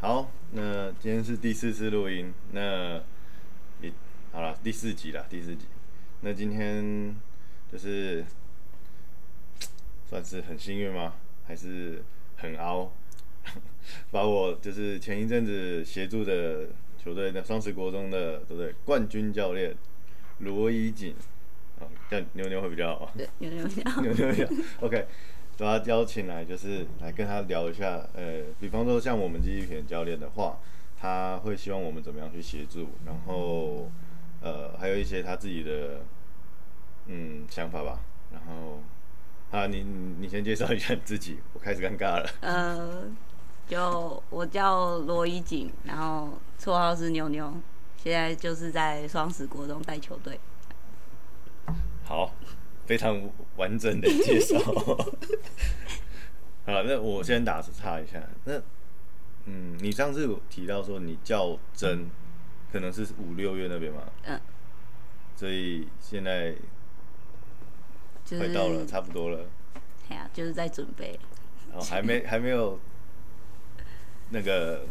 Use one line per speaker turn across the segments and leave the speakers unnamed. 好，那今天是第四次录音，那也好了，第四集了，第四集。那今天就是算是很幸运吗？还是很凹？ 把我就是前一阵子协助的球队的双十国中的对不对冠军教练罗怡锦，啊，叫妞妞会比较好。
对，有的有的。
有 有有，OK，把他邀请来，就是来跟他聊一下，呃，比方说像我们记忆片教练的话，他会希望我们怎么样去协助，然后呃，还有一些他自己的嗯想法吧，然后啊，你你你先介绍一下你自己，我开始尴尬了，
呃，就我叫罗一景，然后绰号是妞妞，现在就是在双十国中带球队。
好，非常完整的介绍。 好，那我先打岔一下。那，嗯，你上次有提到说你较真，可能是五六月那边嘛，
嗯，
所以现在
就
快
是
到了，差不多了，
哎呀，就是在准备。
然后还没还没有那个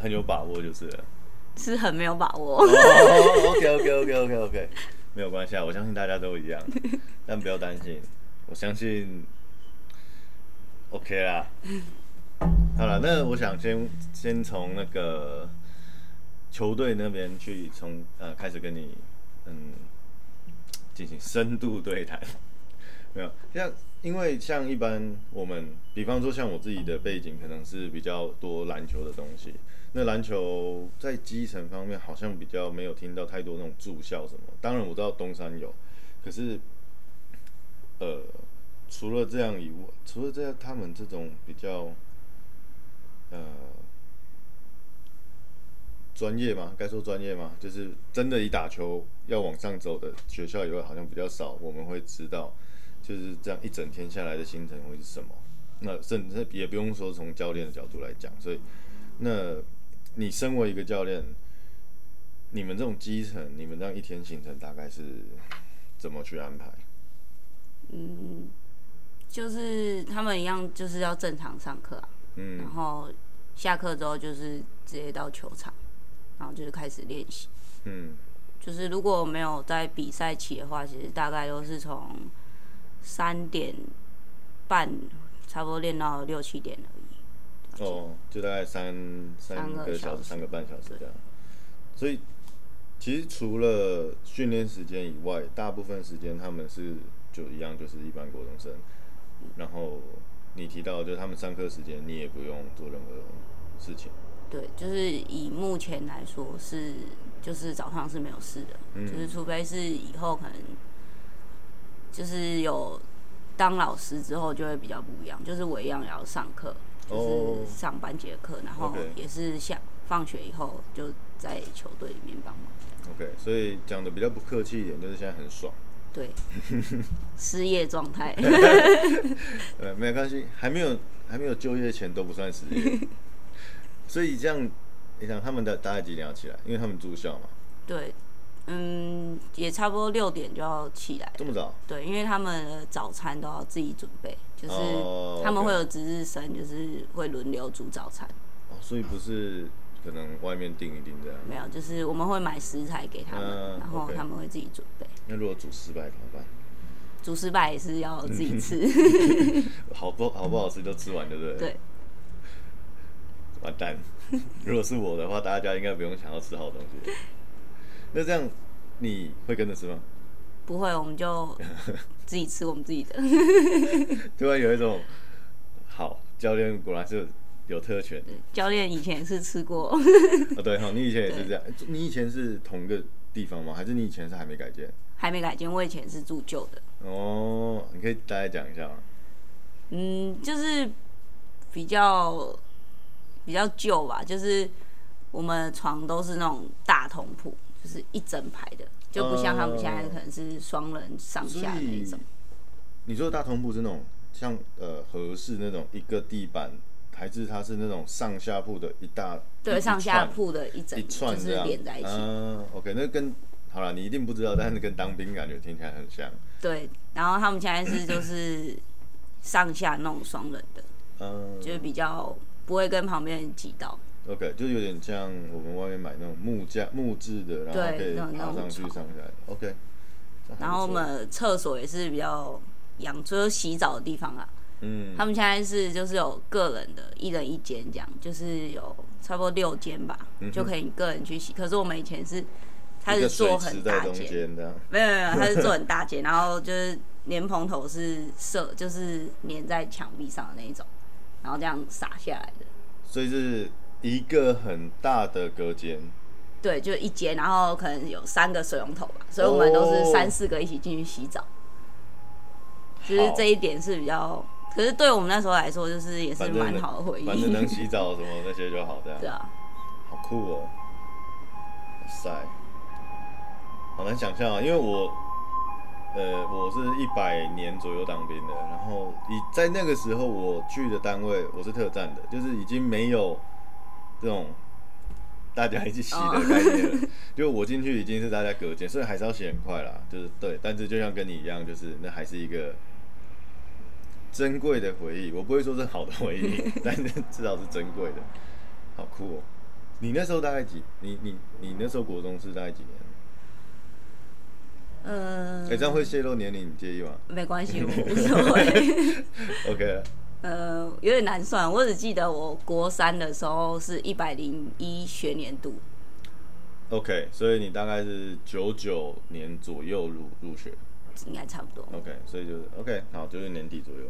很有把握就是了。
是很没有把握，
哦，OK OK OK OK OK，没有关系啊，我相信大家都一样，但不要担心，我相信 OK 啦。好了，那我想先先从那个球队那边去从呃开始跟你嗯进行深度对谈， 没有像因为像一般我们比方说像我自己的背景可能是比较多篮球的东西，那篮球在基层方面好像比较没有听到太多那种住校什么。当然我知道东山有，可是，呃，除了这样以外，除了这样，他们这种比较，呃，专业吗？该说专业吗？就是真的以打球要往上走的学校以外，好像比较少。我们会知道，就是这样一整天下来的行程会是什么。那甚至也不用说从教练的角度来讲，所以那你身为一个教练，你们这种基层，你们这样一天行程大概是怎么去安排？
嗯， 就是他们一样，就是要正常上课啊，然
嗯，
后下课之后就是直接到球场，然后就是开始练习。
嗯，
就是如果没有在比赛期的话，其实大概都是从三点半差不多练到六七点而已。
哦，就大概三三
三个
个小
小
时、
时
三个半小时这样。所以其实除了训练时间以外，大部分时间他们是就一样，就是一般国中生。然后你提到，就是他们上课时间，你也不用做任何事情。
对，就是以目前来说是，就是早上是没有事的，
嗯
就是除非是以后可能就是有当老师之后就会比较不一样，就是我一样也要上课，就
哦
是上班节课，然后
OK
也是下放学以后就在球队里面帮忙。
OK，所以讲的比较不客气一点，就是现在很爽。
对，失业状态。
呃，没有关系，还没有还没有就业前都不算失业，所以这样你想他们的大概几点要起来？因为他们住校嘛，
对，嗯，也差不多六点就要起来。
这么早？
对，因为他们的早餐都要自己准备，就是
哦
他们
OK
会有值日生，就是会轮流煮早餐。
哦，所以不是可能外面订一订这样。
没有，就是我们会买食材给他
嗯
们，然后
OK
他们会自己准备。
那如果煮失败怎么办？
煮失败也是要自
嗯
己 吃。
好不好不好吃就吃完，对不对？。
对，
完蛋！如果是我的话，大家应该不用想要吃好东西。那这样你会跟着吃吗？
不会，我们就自己吃我们自己的。
突然有一种，好教练果然是有特权。
教练以前是吃 过，
啊，对哈，你以前也是这样。你以前是同一个地方吗？还是你以前是还没改建？
还没改建，我以前是住旧的。
哦，你可以大概讲一下吗？
嗯，就是比较比较旧吧，就是我们的床都是那种大通铺，就是一整排的，就不像他们现在
哦
可能是双人上
所
下那一
以
种。
你说的大同铺是那种像呃合适那种一个地板，还是它是那种上下铺的一大一
对，
一
上下
串
铺的一整
一
就
串这
是
样
连在一起。
嗯、o k 那跟好了，你一定不知道，但是跟当兵感觉听起来很像。
对，然后他们现在是就是上下那种双人的，
嗯、
就是比较不会跟旁边人挤到，
OK，就是有点像我们外面买那种木架木质的，然后可
对
以
那种
爬
那
上
种
去
床
上下来。OK，这还不
然后我
错
们厕所也是比较养，就是洗澡的地方啊。
嗯
他们现在是就是有个人的，一人一间这样，就是有差不多六间吧，
嗯哼
就可以个人去洗。可是我们以前是，他
一
是
个水
做
池
很
在
大
中
间，
间这样。
没有没有 没有，他是做很大间，然后就是连蓬头是射，就是粘在墙壁上的那一种，然后这样洒下来的。
所以是一个很大的隔间，
对，就一间，然后可能有三个水龙头吧，所以我们都是
哦
三四个一起进去洗澡。就是
好
这一点是比较，可是对我们那时候来说，就是也是
反正
蛮
能
好的回
反正
忆。
能洗澡什么那些就好，这样
对。啊，
好酷哦！哇塞，好难想象啊，因为我，呃，我是一百年左右当兵的，然后以在那个时候我去的单位我是特战的，就是已经没有这种大家一起洗的概念了，就我进去已经是大家隔间，虽然还是要洗很快啦，就是对，但是就像跟你一样，就是那还是一个。珍贵的回忆，我不会说是好的回忆，但是至少是珍贵的，好酷哦！你那时候大概几？你你你那时候国中是大概几年？
呃
哎、，这样会泄露年龄，你介意吗
没 关系，我无所谓。
？OK 了
呃，有点难算，我只记得我国三的时候是一百零一学年度，
，OK，所以你大概是九九年左右入入学
应该差不多。
，OK，所以就是 OK，好，九九年底左右。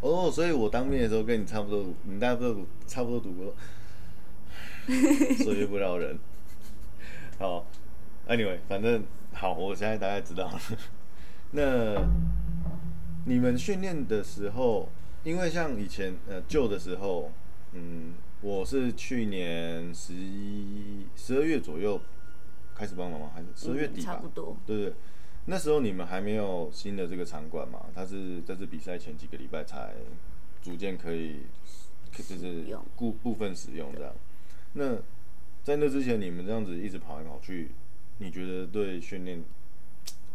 哦、所以我当兵的时候跟你差不多，你大概不多读差不多读 过，岁月不饶人。好，Anyway，反正好，我现在大概知道了。 那你们训练的时候，因为像以前呃旧的时候，嗯，我是去年十一十二月左右开始帮忙吗？还是十二月底
嗯
吧？
差不多。
对对，那时候你们还没有新的这个场馆嘛？它是在这比赛前几个礼拜才逐渐可以，可就是
用
部部分使用这样。那在那之前，你们这样子一直跑来跑去，你觉得对训练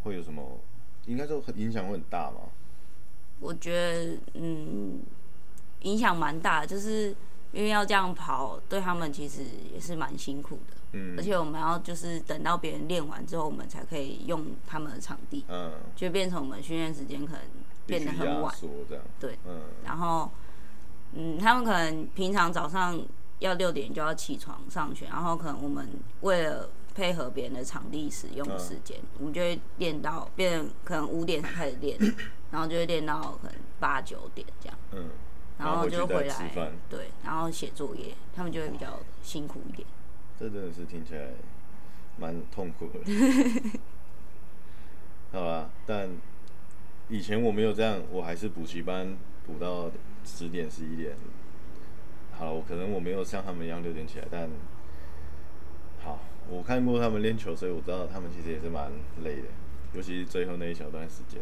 会有什么？应该说很影响会很大嘛？
我觉得嗯，影响蛮大的，就是因为要这样跑，对他们其实也是蛮辛苦的。
嗯
而且我们要就是等到别人练完之后，我们才可以用他们的场地，
嗯，
就变成我们训练时间可能
必
变
须
得很
压
晚。
缩这样。
对，
嗯，
然后，嗯，他们可能平常早上要六点就要起床上学，然后可能我们为了配合别人的场地使
嗯
用时间，我们就会练到变成可能五点才开始练，然后就会练到可能八九点这样，
嗯，
然后
回
就
去
回
再吃
来
饭，
对，然后写作业，他们就会比较辛苦一点。
这真的是听起来蛮痛苦的。好吧，但以前我没有这样，我还是补习班补到十点十一点。好了，我可能我没有像他们一样六点起来，但好，我看过他们练球，所以我知道他们其实也是蛮累的，尤其是最后那一小段时间。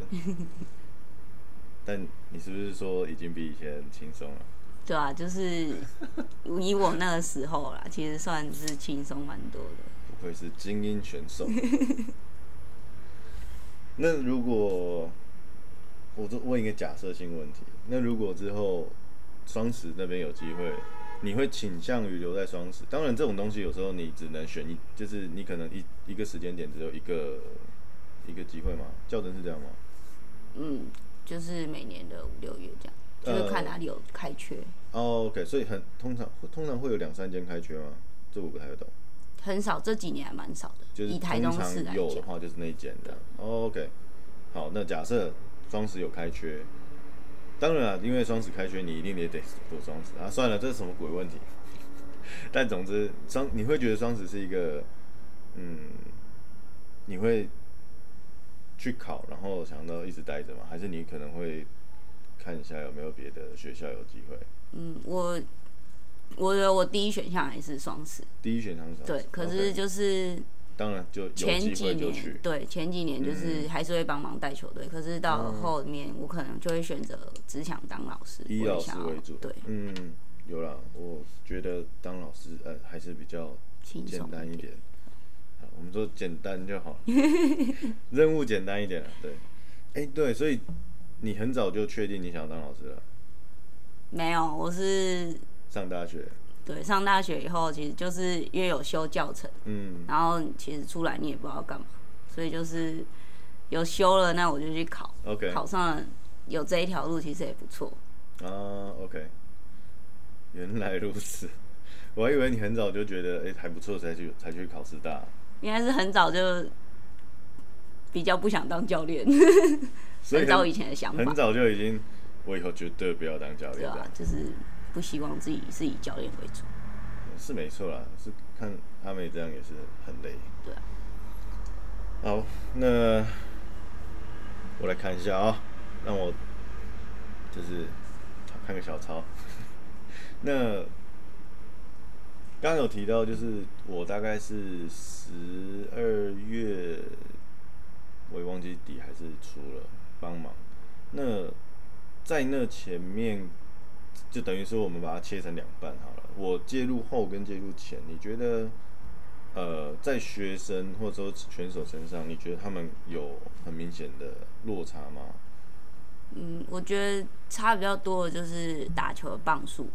但你是不是说已经比以前轻松了？
对啊，就是以我那个时候啦，其实算是轻松蛮多的。
不愧是精英选手。那如果我就问一个假设性问题，那如果之后双十那边有机会，你会倾向于留在双十？当然，这种东西有时候你只能选一，就是你可能一一个时间点只有一个一个机会嘛。教程是这样吗？
嗯，就是每年的五六月这样，就是看
呃
哪里有开缺。
哦、o k 所以很通常通常会有两三间开缺吗？这我不太懂。
很少，这几年还蛮少的。
就是
以台
通
中
常
市来
有的
讲，
话就是那一间这样。哦 OK，好，那假设双十有开缺，当然啊了，因为双十开缺，你一定也得补双十啊。算了，这是什么鬼问题？ 但总之，双你会觉得双十是一个，嗯，你会去考，然后想到一直待着吗？还是你可能会看一下有没有别的学校有机会？
嗯，我我觉得我第一选项还是双十，
第一选项是双十
对。可是
OK，
就是
当然就有
前
机
几
会就
年
去，，嗯
对前几年就是还是会帮忙带球队，可是到后面我可能就会选择只想当老师，
以
我
老
也
师
想要
为主。
对，
嗯，有啦，我觉得当老师呃还是比较
轻
简
松
单一
一点。
点。
嗯
好我们说简单就 好，任务简单一点啦对，哎、对，所以你很早就确定你想要当老师了，
没有，我是
上大学
对，上大学以后其实就是因为有修教程，
嗯，
然后其实出来你也不知道干嘛，所以就是有修了，那我就去考
OK
考上了有这一条路其实也不错。
啊，OK，原来如此， 我还以为你很早就觉得，哎、还不错，才去才去考师大，
应该是很早就比较不想当教练，
所以
很早以
很
前的想
很
法，
早就已经，我以后绝对不要当教
对
练
吧、
的，
就是不希望自己是以教练为主，
是没错啦，是看他们这样也是很累。
对啊
好，那我来看一下啊、让我就是看个小抄。 那刚刚有提到，就是我大概是十二月，我也忘记底还是初了帮忙。那在那前面，就等于说我们把它切成两半好了。我介入后跟介入前，你觉得？呃，在学生或者说选手身上，你觉得他们有很明显的落差吗？
嗯，我觉得差比较多的就是打球的磅数，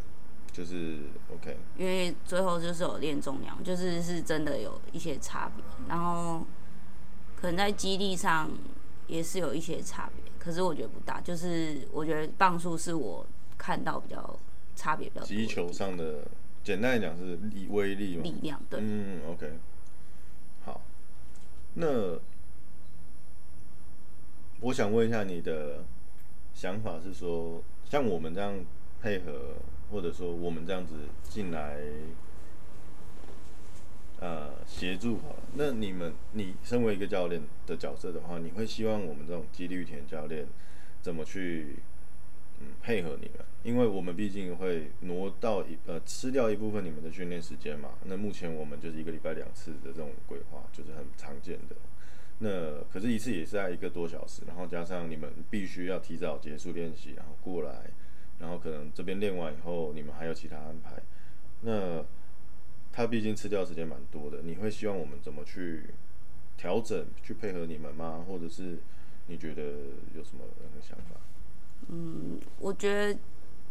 就是 OK，
因为最后就是有练重量，就是是真的有一些差别，然后可能在肌力上也是有一些差别，可是我觉得不大，就是我觉得磅数是我看到比较差别比较多
击
的
球上的，简单来讲是力威力嘛。
力量，对，
嗯，OK，好，那我想问一下你的想法是说，像我们这样配合，或者说我们这样子进来，呃，协助好了。那你们，你身为一个教练的角色的话，你会希望我们这种激励田教练怎么去嗯配合你们，因为我们毕竟会挪到一呃吃掉一部分你们的训练时间嘛。那目前我们就是一个礼拜两次的这种规划，就是很常见的。那可是，一次也是在一个多小时，然后加上你们必须要提早结束练习，然后过来，然后可能这边练完以后，你们还有其他安排。那他毕竟吃掉时间蛮多的，你会希望我们怎么去调整，去配合你们吗？或者是你觉得有什么任何想法？
我觉得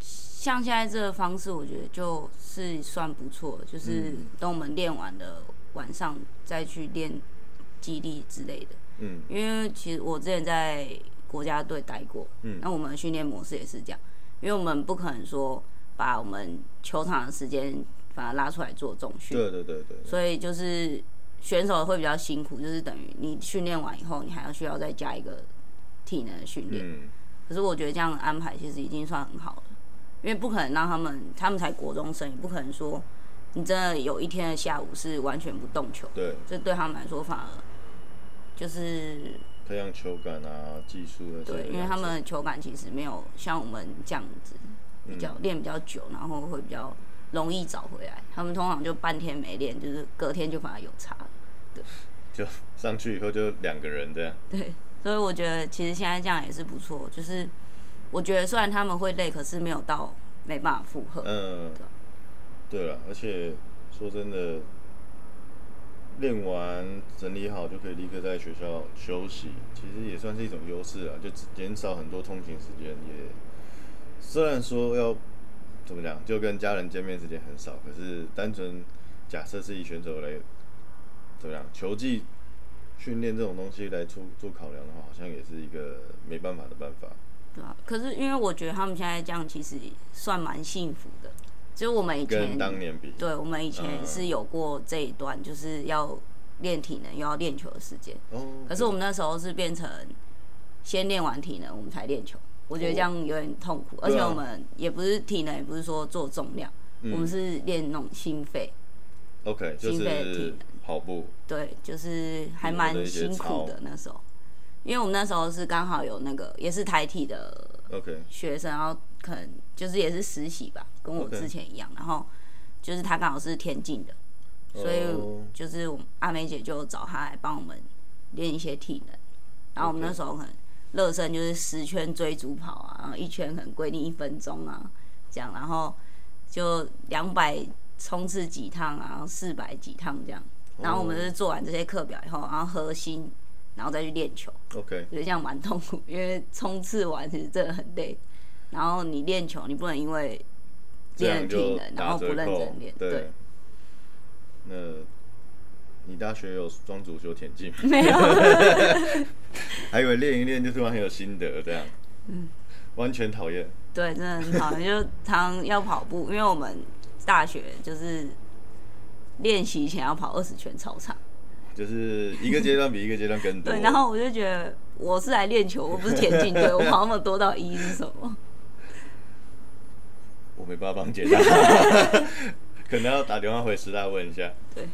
像现在这个方式，我觉得就是算不错，就是
嗯
等我们练完的晚上再去练肌力之类的。
嗯，
因为其实我之前在国家队待过，
嗯
那我们的训练模式也是这样，因为我们不可能说把我们球场的时间把它拉出来做重训，
对对对对，
所以就是选手会比较辛苦，就是等于你训练完以后，你还要需要再加一个体能的训练。
嗯，
可是我觉得这样的安排其实已经算很好了，因为不可能让他们，他们才国中生，也不可能说你真的有一天的下午是完全不动球，
对，
这对他们来说反而就是
培养球感啊，技术那些的
对，
养成，
因为他们的球感其实没有像我们这样子比较练比较久，然后会比较容易找回来。他们通常就半天没练，就是隔天就反而有差了。
就上去以后就两个人这样，
对，所以我觉得其实现在这样也是不错，就是我觉得虽然他们会累，可是没有到没办法负荷。
嗯，对了，而且说真的，练完整理好就可以立刻在学校休息，其实也算是一种优势啊，就只减少很多通勤时间。也虽然说要怎么讲，就跟家人见面时间很少，可是单纯假设是以选手来怎么样球技训练这种东西来出做考量的话，好像也是一个没办法的办法。
对啊，可是因为我觉得他们现在这样其实算蛮幸福的，就我们以前
跟，当年比，
对我们以前
嗯
是有过这一段，就是要练体能又要练球的时间。
哦，
可是我们那时候是变成先练完体能，我们才练球。我觉得这样有点痛苦，而
哦
且
对啊嗯
我们也不是体能，也不是说做重量，我们是练那种心肺，
OK，就
心肺体
是
能
跑步，
对，就是还
嗯有的
蛮
一些
辛苦的
操
那时候。因为我们那时候是刚好有那个也是台体的
OK，
学生，然后可能就是也是实习吧，跟我
OK
之前一样。然后就是他刚好是田径的，所以
哦
就是我们阿梅姐就找他来帮我们练一些体能。然后我们
OK
那时候可能热身就是十圈追逐跑啊，然后一圈可能规定一分钟啊，这样，然后就两百冲刺几趟啊，然后四百几趟这样。然后我们就是做完这些课表以后，然后核心，然后再去练球。
哦 OK，
觉得这样蛮痛 苦，因为冲刺完其实真的很累。然后你练球，你不能因为
这
练
样
得
就
挺能，然
打
后
折
不认
扣
真练。。
对，那你大学有装足球田径吗？
没有，
还以为练一练就突然很有心得这样，嗯，完全讨厌。
对，真的很讨厌，就常常要跑步，因为我们大学就是练习前要跑二十圈操场。
就是一个阶段比一个阶段更多。
对，然后我就觉得我是来练球，我不是田径队，我跑那么多到一是什么？
我没办法帮你解答， 可能要打电话回师大问一下。
对，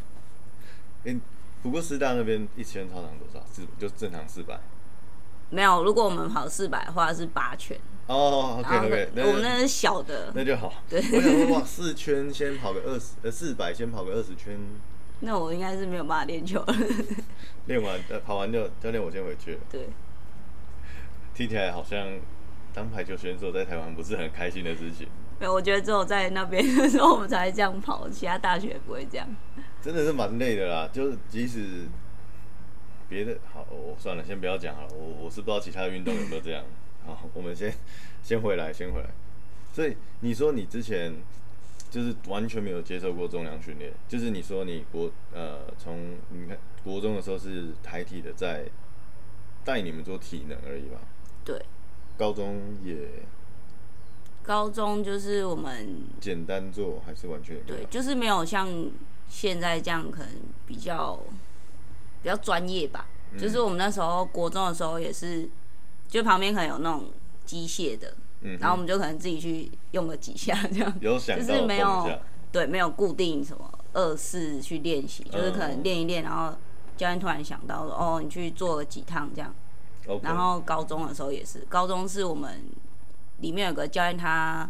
诶，不过师大那边一圈操场多少？四就正常四百。
没有，如果我们跑四百的话是八圈，
哦，OK
然后
OK，那
我们那是小 的，
那就好。我想说，哇，四圈先跑个二十，呃，四百先跑个二十圈，
那我应该是没有办法练球了。
练完呃跑完就教练我先回去了。
对，
听起来好像当排球选手在台湾不是很开心的事情，
没有，我觉得只有在那边 的时候我们才会这样跑，其他大学不会这样。
真的是蛮累的啦。就是即使别的好，我算了，先不要讲好了。我我是不知道其他运动有没有这样。 好，我们先先回来，先回来。所以你说你之前就是完全没有接受过重量训练，就是你说你国呃从你看国中的时候是台体的在带你们做体能而已嘛，
对，
高中也
高中就是我们
简单做还是完全也没
对
有，
就是没有像现在这样可能比较比较专业吧。就是我们那时候国中的时候也是，就旁边可能有那种机械的，
嗯哼
然后我们就可能自己去用个几下这样，
有想
就是
到
没
动一
有
下
对，没有固定什么二四去练习，就是可能练一练，然后教练突然想到说，哦，你去做了几趟这样。
，OK，
然后高中的时候也是，高中是我们里面有个教练，他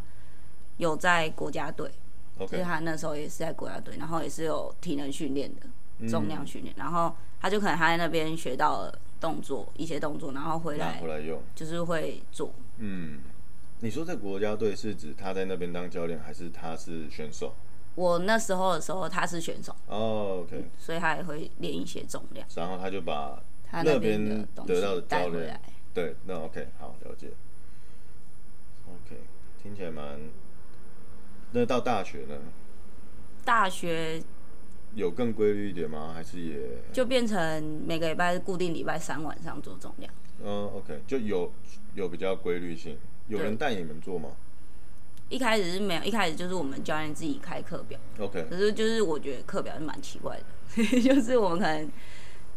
有在国家队，就
OK
是他那时候也是在国家队，然后也是有体能训练的，重
嗯
量训练，然后他就可能他在那边学到了动作一些动作，然后回
拿
来
回来用。
就是会做，
嗯，你说在国家队是指他在那边当教练，还是他是选手？
我那时候的时候，他是选手，
哦、o k
所以他也会练一些重量，
然后他就把
他
那
边
边
东
得到的
西带
教
回
练
来。，
对，那 OK，好，了解。OK，听起来蛮……那到大学呢，
大学
有更规律一点吗？还是也……
就变成每个礼拜固定礼拜三晚上做重量，
嗯，OK，就有有比较规律性，有人带你们做吗
一开始是没有，一开始就是我们教练自己开课表，
？OK，
可是就是我觉得课表是蛮奇怪的， 就是我们可能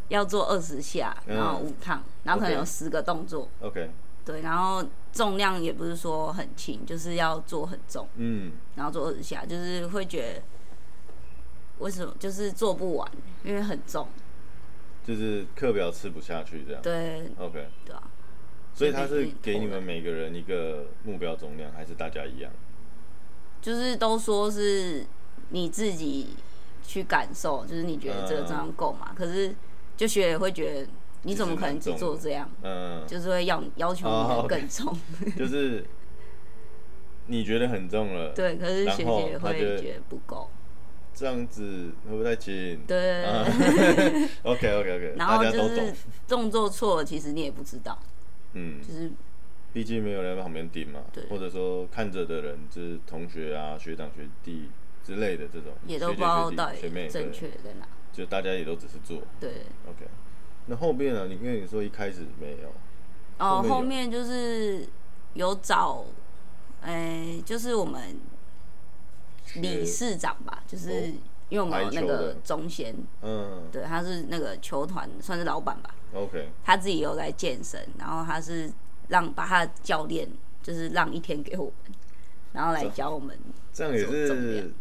要做二十下，
嗯
然后五趟，然后可能
OK
有十个动作，
OK，
对，然后重量也不是说很轻，就是要做很重，
嗯，
然后做二十下，就是会觉得为什么就是做不完，因为很重，
就是课表吃不下去这样。
对
OK，
对啊，
所以他是给你们每个人一个目标重量，还是大家一样？
就是都说是你自己去感受，就是你觉得这个重量够
嗯
嘛，可是就学也会觉得你怎么可能只做这样？
嗯，
就是会要要求你
哦
的更重，
就是你觉得很重了，
对，可是学姐
然后他
会
就
觉得不够，
这样子会不会太轻？
对，
啊，OK OK OK，
然
啊大
后
家
就
都懂
是，动作错了，其实你也不知道，
嗯，
就是
毕竟没有人在旁边顶嘛
对，
或者说看着的人就是同学啊、学长、学弟之类的这种，
也都
学姐
不知道
学弟
到
学妹
底正确在哪。
对就大家也都只是做
对，
OK。那后面呢？你因为你说一开始没有，后
哦，
面有
后面就是有找，哎，就是我们理
学
事长吧，就是
哦
因为我们有
排球
那个
的
中贤，
嗯
对，他是那个球团算是老板吧，
，OK，
他自己有在健身，然后他是让把他的教练就是让一天给我们，然后来
啊
教我们，
这样也
走重量
是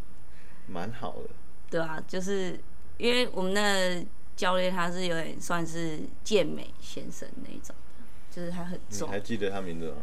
蛮好的。
对啊，就是因为我们那个教练他是有点算是健美先生那一种的，就是他很
你
重，
还记得他名字 吗？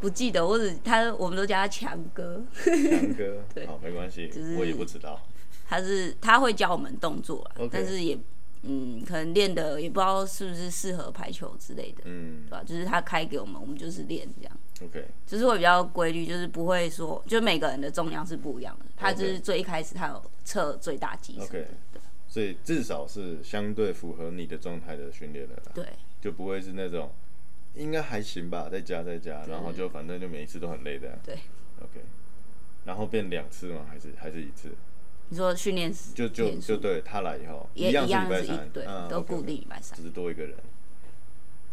不记得我只他我们都叫他强哥，
强哥
对，
好，没关系
就是，
我也不知道。
他是他会教我们动作啦
OK
但是也嗯可能练的也不知道是不是适合排球之类的，
嗯
对吧、就是他开给我们，我们就是练这样。
，OK，
就是会比较规律，就是不会说，就每个人的重量是不一样的。他就是最一开始他有测最大肌什么的
OK 所以至少是相对符合你的状态的训练了啦，
对对
就不会是那种应该还行吧，再加再加，然后就反正就每一次都很累的。
对
，OK，然后变两次吗？还是还是一次？
你说训练时
就就
天数
就对他来以后，
也
样
一样
礼拜
是一
三，
对
嗯，
都
OK，OK
固定礼拜三
只。是多一个人。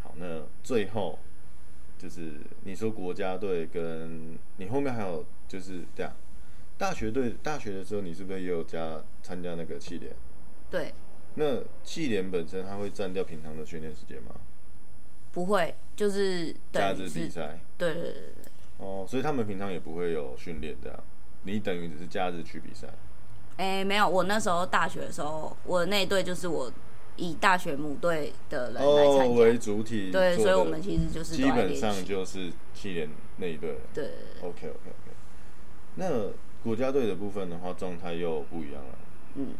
好，那最后就是你说国家队跟你后面还有就是这样，大学队大学的时候你是不是也有加参加那个气联？
对，
那气联本身它会占掉平常的训练时间吗？
不会，就是
假
等于
日比
是，
赛
对对对对对，
哦，所以他们平常也不会有训练这样，你等于只是假日去比赛。
哎、没有，我那时候大学的时候，我那一队就是我以大学母队的人来
哦
参，加，
为主体做的，
对，所以我们其实就是
基
都在
本
练
上
习
就是气联那一队了。
对对对
OK OK OK。那国家队的部分的话，状态又不一样了。
嗯，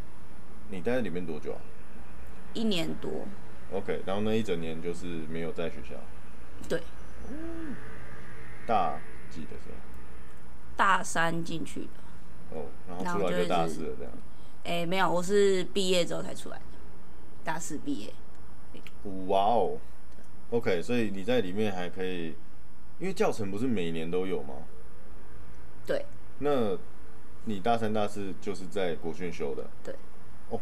你待在里面多久啊
一年多，
？OK，然后那一整年就是没有在学校，嗯
对，
大几的时
大三进去的。
候，哦，然后
然后
出来
就
就大
一直
四了这样。
哎、没有，我是毕业之后才出来的，大四毕业。
哇哦，OK，所以你在里面还可以，因为教程不是每年都有吗？
对，
那你大三、大四就是在国训修的？
对。
哦，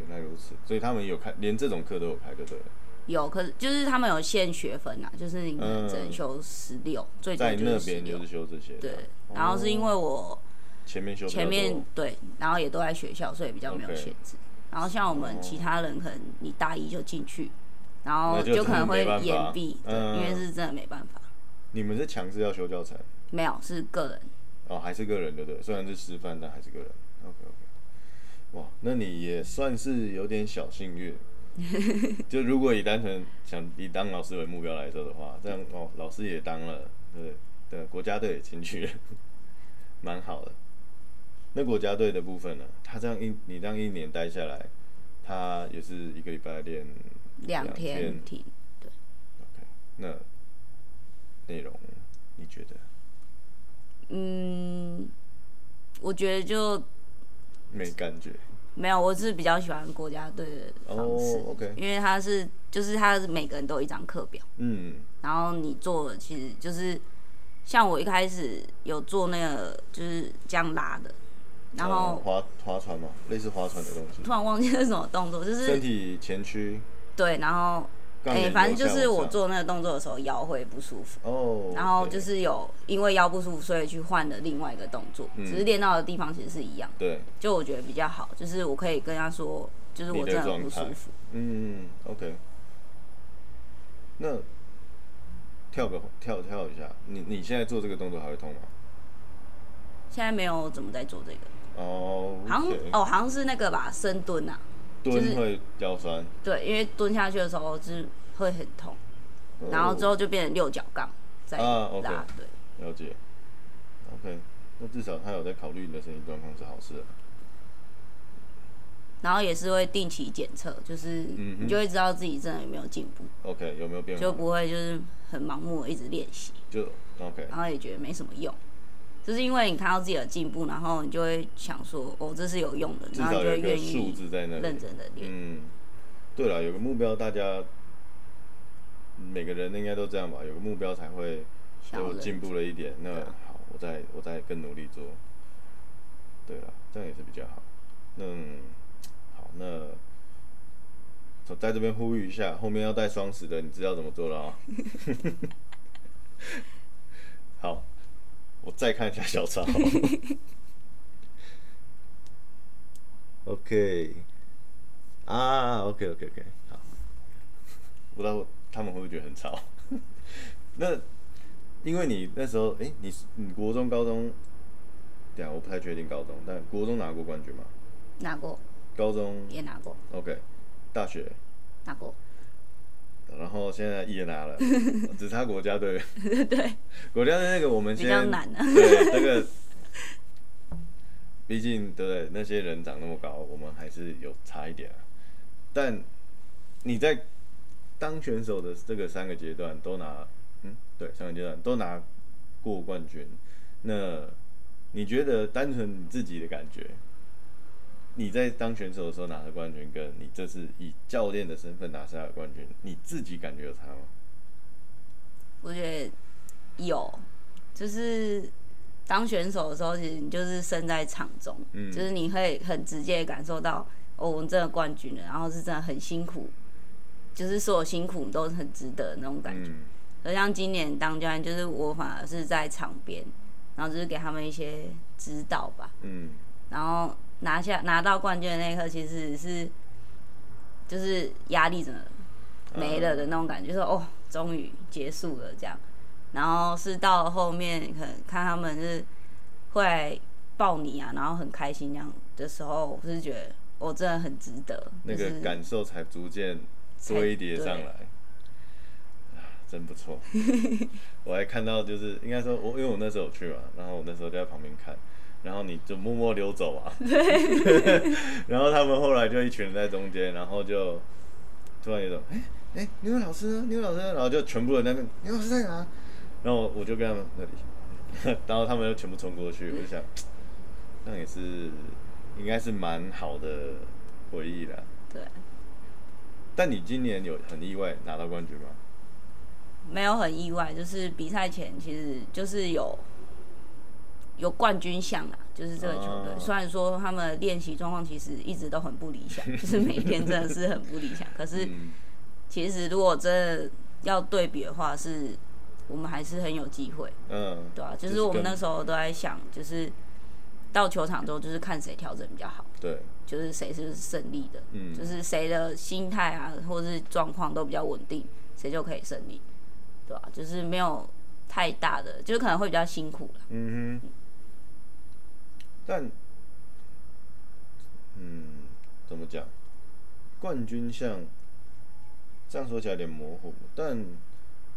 原来如此，所以他们有开，连这种课都有开，就对了。
有，可是就是他们有限学分啊，就是你可能只
嗯
能修十六、最多
在
就
那
是十
边就
六
是。修这些的。哦
对，然后是因为我
前面修比较
前面
多
对，然后也都在学校，所以比较没有
OK 哦
限制。然后像我们其他人，可能你大一就进去，然后
那就
可能会
真的没办法
延毕，对
嗯
因为是真的没办法。
你们是强制要修教材
没有，是个人。
哦，还是个人对不对？虽然是师范，但还是个人。OK OK，哇，那你也算是有点小幸运。就如果以单纯想以当老师为目标来说的话，这样哦，老师也当了，对不对对，国家队也进去了，蛮好的。那国家队的部分呢？他这样一你这样一年待下来，他也是一个礼拜练
两
两天
天停，
OK，那内容你觉得
嗯，我觉得就
没感觉？
没有，我是比较喜欢国家队的方式，
哦，OK
因为他是就是他是每个人都有一张课表，
嗯，
然后你做的其实就是像我一开始有做那个就是这样拉的，然
呃
后
划划船嘛，类似划船的东西
突，然忘记是什么动作，就
身
是
体前屈，
对，然后
杠
哎、
铃
反正就
由下
是
往
我
上
做那个动作的时候腰会不舒服。
哦，
然后
OK
就是有因为腰不舒服，所以去换了另外一个动作，
嗯
只是练到的地方其实是一样的。
对，
就我觉得比较好，就是我可以跟他说，就是
你
我
的
真的
状
不舒
态
服。
嗯，OK，那跳个跳跳一下，你你现在做这个动作还会痛吗？
现在没有怎么在做这个，
哦，
好像
OK，
哦，好像是那个吧，深蹲啊，就是
蹲会腰酸，
对，因为蹲下去的时候就是会很痛，然后之
哦
后就变成六角杠在
啊，OK
拉，对，
了解，OK，那至少他有在考虑你的身体状况是好事啊。
然后也是会定期检测，就是
嗯哼嗯
你就会知道自己真的有没有进步，
OK，有没有变化？
就不会就是很盲目的一直练习，
就 OK，
然后也觉得没什么用。就是因为你看到自己的进步，然后你就会想说，哦，这是有用的，
至
然后
少
你就
有
会
一个
愿
数
意
字在那里。
认真的练。
嗯，对了，有个目标，大家每个人应该都这样吧？有个目标才会对
想要
我
认
进步了一点。那
对啊
好，我再我再更努力做。对了，这样也是比较好。嗯，好，那我在这边呼吁一下，后面要带双十的，你知道怎么做了啊、 好，我再看一下小 抄。OK，啊，OK OK OK，好，不知道他们会不会觉得很吵。 那因为你那时候，哎、你你国中、高中，对啊，我不太确定高中，但国中拿过冠军嘛？
拿过，
高中
也拿过，
OK，大学，
拿过。
然后现在也 拿了，只差国家队。对，国家队那个我们
比
先
较难啊
对，这个，毕竟对不对？那些人长那么高，我们还是有差一点啊。但你在当选手的这个三个阶段都拿，嗯，对，三个阶段都拿过冠军。那你觉得单纯你自己的感觉，你在当选手的时候拿的冠军，跟你这次以教练的身份拿下的冠军，你自己感觉有差吗？
我觉得有，就是当选手的时候，其实你就是身在场中，
嗯
就是你会很直接地感受到，哦，我们真的冠军了，然后是真的很辛苦，就是所有辛苦都很值得的那种感觉。
嗯
而像今年当教练，就是我反而是在场边，然后就是给他们一些指导吧，
嗯
然后拿下拿到冠军的那一刻，其实是就是压力整个没了的那种感觉，说哦，终于结束了这样。然后是到了后面，可能看他们是会来抱你啊，然后很开心这样的时候，我是觉得我、真的很值得，
那
就
个
是
感受才逐渐堆叠上来，啊，真不错。我还看到就是应该说我，因为我那时候有去嘛，然后我那时候就在旁边看，然后你就默默溜走啊， 然后他们后来就一群人在中间，然后就突然有一种哎哎、牛老师呢？牛老师呢？然后就全部人在那边，牛老师在哪？然后我我就跟他们那里， 然后他们就全部冲过去，我就想，那也是应该是蛮好的回忆啦。
对，
但你今年有很意外拿到冠军吗？
没有很意外，就是比赛前其实就是有有冠军项啊，就是这个球队。
哦
虽然说他们练习状况其实一直都很不理想，就是每天真的是很不理想。可是
嗯
其实如果真的要对比的话，是我们还是很有机会，
嗯，
对啊，就是我们那时
候
候都在想，就是到球场之后，就是看谁调整比较好，
对，
就是谁是胜利的，
嗯
就是谁的心态啊，或是状况都比较稳定，谁就可以胜利，对吧、就是没有太大的，就是可能会比较辛苦啦。
嗯哼，但嗯，怎么讲？冠军像这样说起来有点模糊，但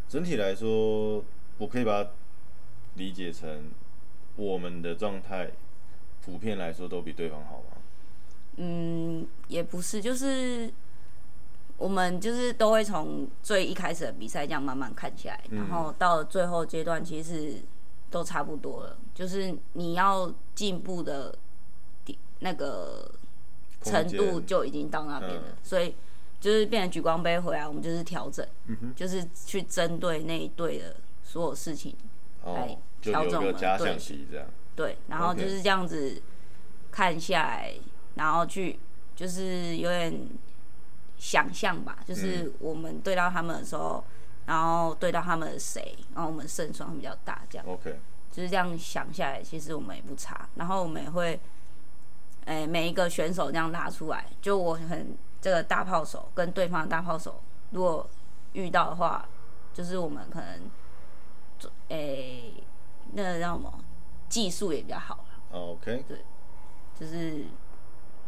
整体来说，我可以把它理解成我们的状态普遍来说都比对方好吗？
嗯，也不是，就是我们就是都会从最一开始的比赛这样慢慢看起来，然后到了最后阶段，其实都差不多了。就是你要进步的地那个程度
空间
就已经到那边了，
嗯
所以就是变成举光杯回来，我们就是调整，
嗯
就是去针对那一队的所有事情，
哦
来，
就
调整
有
我
个
们
假
对
想题这样。
对，然后
OK
就是这样子看下来，然后去就是有点想象吧，就是
嗯
我们对到他们的时候，然后对到他们的谁，然后我们胜算会比较大，这样
OK，
就是这样想下来，其实我们也不差，然后我们也会，哎、每一个选手这样拉出来，就我很这个大炮手跟对方的大炮手，如果遇到的话，就是我们可能，哎、那叫什么技术也比较好啦，
哦，OK，
就是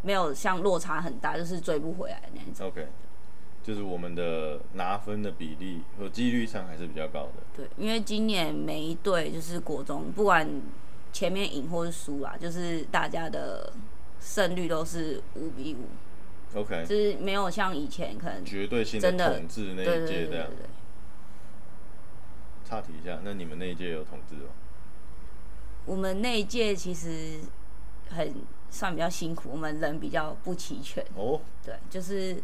没有像落差很大，就是追不回来那一种。
OK，就是我们的拿分的比例和几率上还是比较高的。
对，因为今年每一队就是国中，不管前面赢或是输啦，就是大家的胜率都是五比五，就
OK，
是没有像以前可能
绝对性
真的
统治那
对对
一
对
届
对
这
对
样。
对，
岔题一下，那你们那一届有统治吗？
我们那一届其实很算比较辛苦，我们人比较不齐全，
哦，
对，就是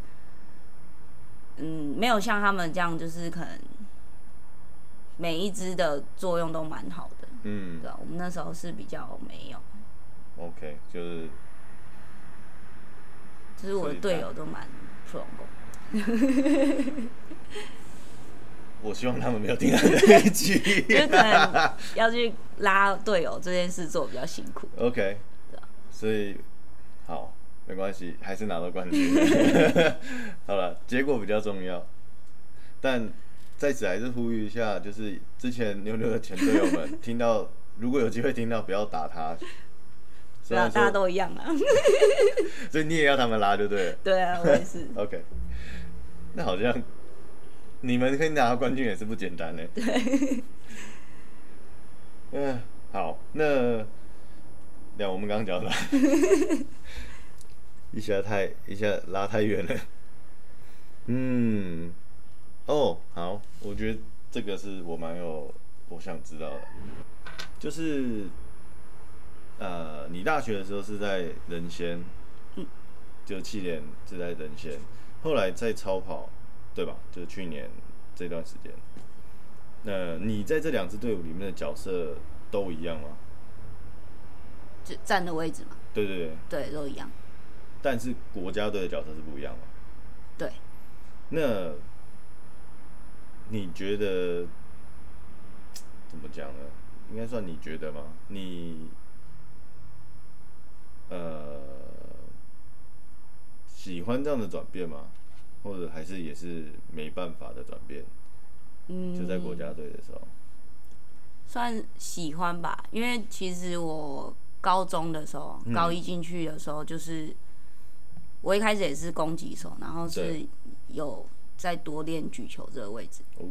嗯，没有像他们这样，就是可能每一支的作用都蛮好的，
嗯
对啊我们那时候是比较没有。
，OK，就是
就是我的队友都蛮 pro，
我希望他们没有听到这一集。
就是可能要去拉队友这件事做比较辛苦。
OK，所以好，没关系，还是拿到冠军了。好了，结果比较重要，但在此还是呼吁一下，就是之前妞妞的前队友们听到，如果有机会听到，不要打他。虽
对啊，
然
大家
说，
都一样啊。
所以你也要他们拉，就对了。
对啊，我也是。
OK，那好像你们可以拿到冠军也是不简单呢。对。 嗯，好，那那我们刚刚讲的， 一下太一下拉太远了。嗯，哦，好，我觉得这个是我蛮有我想知道的，就是呃，你大学的时候是在仁仙，就气点是在人先，后来在超跑，对吧？就是去年这段时间。那你在这两支队伍里面的角色都一样吗？
就站的位置嘛，
对对对，
对，都一样。
但是国家队的角色是不一样嘛。
对，
那你觉得怎么讲呢？应该算你觉得吗？你呃喜欢这样的转变吗？或者还是也是没办法的转变？
嗯，
就在国家队的时候，
算喜欢吧，因为其实我高中的时候，
嗯
高一进去的时候，就是我一开始也是攻击手，然后是
对
有再多练举球这个位置。
哦，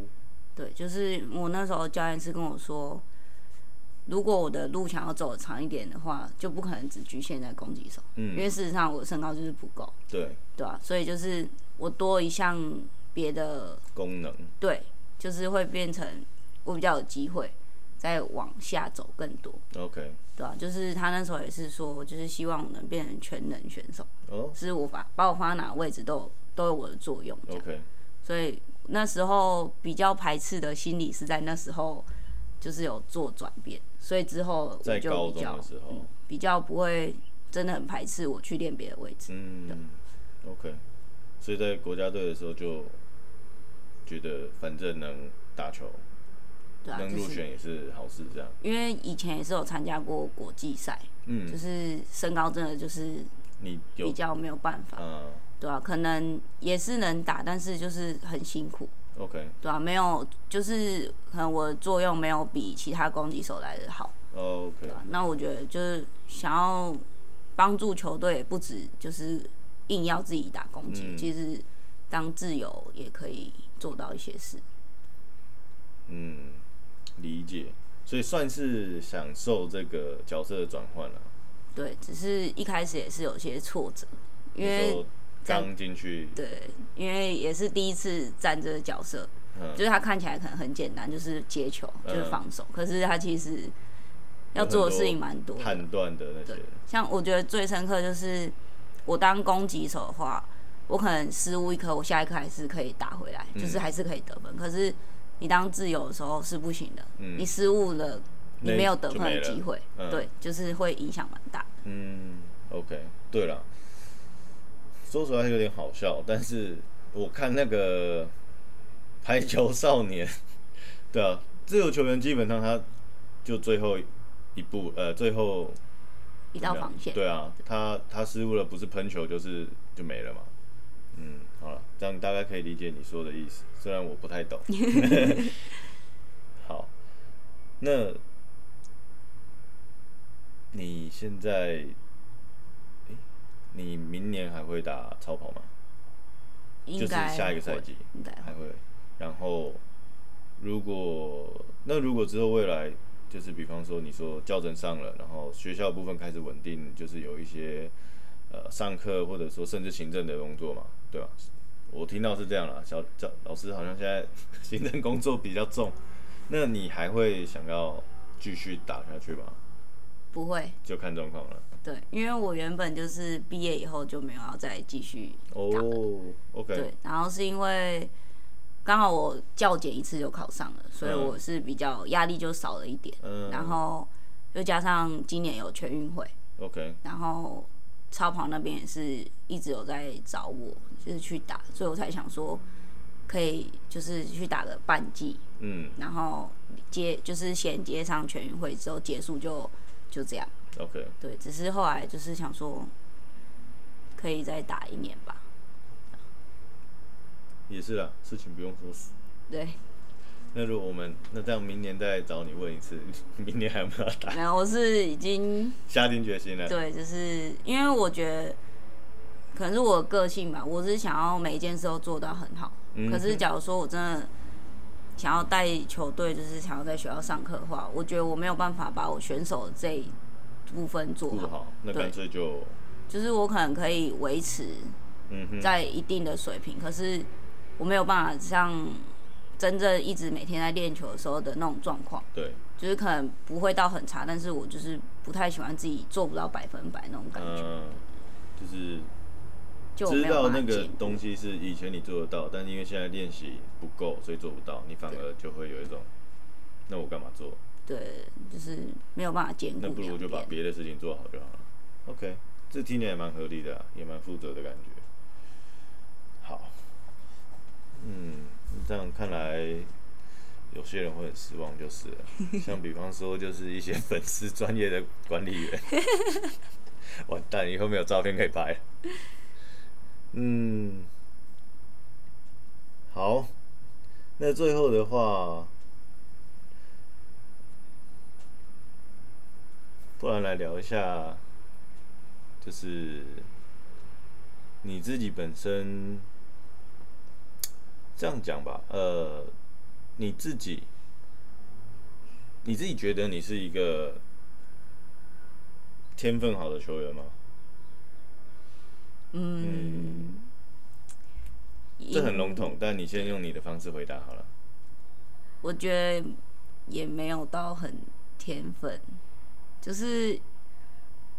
对，就是我那时候教练是跟我说，如果我的路想要走得长一点的话，就不可能只局限在攻击手，因为
嗯，
事实上我身高就是不够，
对，
对吧、所以就是我多一项别的
功能，
对，就是会变成我比较有机会再往下走更多，
OK，
对吧、就是他那时候也是说，就是希望我能变成全能选手，
哦
是我把把我放在哪个位置都有都有我的作用这样。
，OK，
所以那时候比较排斥的心理是在那时候就是有做转变，所以之后我
在
就
高
比
中
较嗯
的时候，
比较不会真的很排斥我去练别的位置。
嗯，OK，所以在国家队的时候就觉得反正能打球，
对啊，
能
就
入
是
选也是好事，这样，
因为以前也是有参加过国际赛，就
嗯，
是身高真的就是
你有
比，较没有办法，
嗯
对啊，可能也是能打，但是就是很辛苦，
，OK，
对啊，没有就是可能我的作用没有比其他攻击手来的好。
o k
对啊那我觉得就是想要帮助球队，也不止就是硬要自己打攻击，
嗯
其实当自由也可以做到一些事。
嗯，理解，所以算是享受这个角色的转换了，
对，只是一开始也是有些挫折，因
你
为
说
在
刚进去，
对，因为也是第一次站这个角色，
嗯
就是他看起来可能很简单，就是接球，就是
嗯
防守，可是他其实要做的事情蛮多的，
判断的那些，
像我觉得最深刻就是我当攻击手的话，我可能失误一颗，我下一颗还是可以打回来，
嗯
就是还是可以得分。可是你当自由的时候是不行的，
嗯
你失误了，你
那
没有得
就
分
没
的
了
机会，
嗯
对，就是会影响蛮大。
嗯，OK，对了，说出来有点好笑，但是我看那个排球少年， 对啊，自由球员基本上他就最后一步，呃，最后
一道防线，
对啊，他他失误了，不是喷球就是就没了嘛。嗯，好了，这样大概可以理解你说的意思，虽然我不太懂。 好，那你现在，诶你明年还会打超跑吗？
应
就是
该
下一个赛
会
季
应该
还
会
会。然后，如果那如果之后未来就是比方说你说教程上了，然后学校部分开始稳定，就是有一些呃上课或者说甚至行政的工作嘛，对吧？我听到是这样啦，小教老师好像现在 行政工作比较重，那你还会想要继续打下去吗？
不会。
就看状况了。
对，因为我原本就是毕业以后就没有要再继续
哦、o k
对，然后是因为刚好我教检一次就考上了，所以
嗯
我是比较压力就少了一点。
嗯，
然后又加上今年有全运会，
OK，
然后超跑那边也是一直有在找我，就是去打，所以我才想说可以就是去打个半季，
嗯
然后接就是衔接上全运会之后结束就就这样。
，OK，
对，只是后来就是想说可以再打一年吧。
也是啦，事情不用说死。
对，
那如果我们那这样，明年再找你问一次， 明年还有没有要打？
然后我是 已经
下定决心了。
对，就是因为我觉得可能是我的个性吧，我是想要每一件事都做到很好。
嗯
可是假如说我真的想要带球队，就是想要在学校上课的话，我觉得我没有办法把我选手的这一部分做
顾
好，
好，那干脆就
就是我可能可以维持
嗯哼，
在一定的水平，可是我没有办法像真正一直每天在练球的时候的那种状况。
对，
就是可能不会到很差，但是我就是不太喜欢自己做不到百分百那种感
嗯、
觉，
就是
就我没
知
有
道
办法
那个
进步
东西是以前你做得到，但因为现在练习不够，所以做不到，你反而就会有一种，那我干嘛做？
对，就是没有办法兼顾。
那不如就把别的事情做好就好了。OK，这听起来也蛮合理的、啊，也蛮负责的感觉。好，嗯，这样看来，有些人会很失望，就是了像比方说，就是一些粉丝专业的管理员，完蛋，以后没有照片可以拍了。嗯，好，那最后的话，不然来聊一下，就是你自己本身这样讲吧，呃，你自己，你自己觉得你是一个天分好的球员吗？
嗯，
这很笼统，但你先用你的方式回答好了。
我觉得也没有到很天分，就是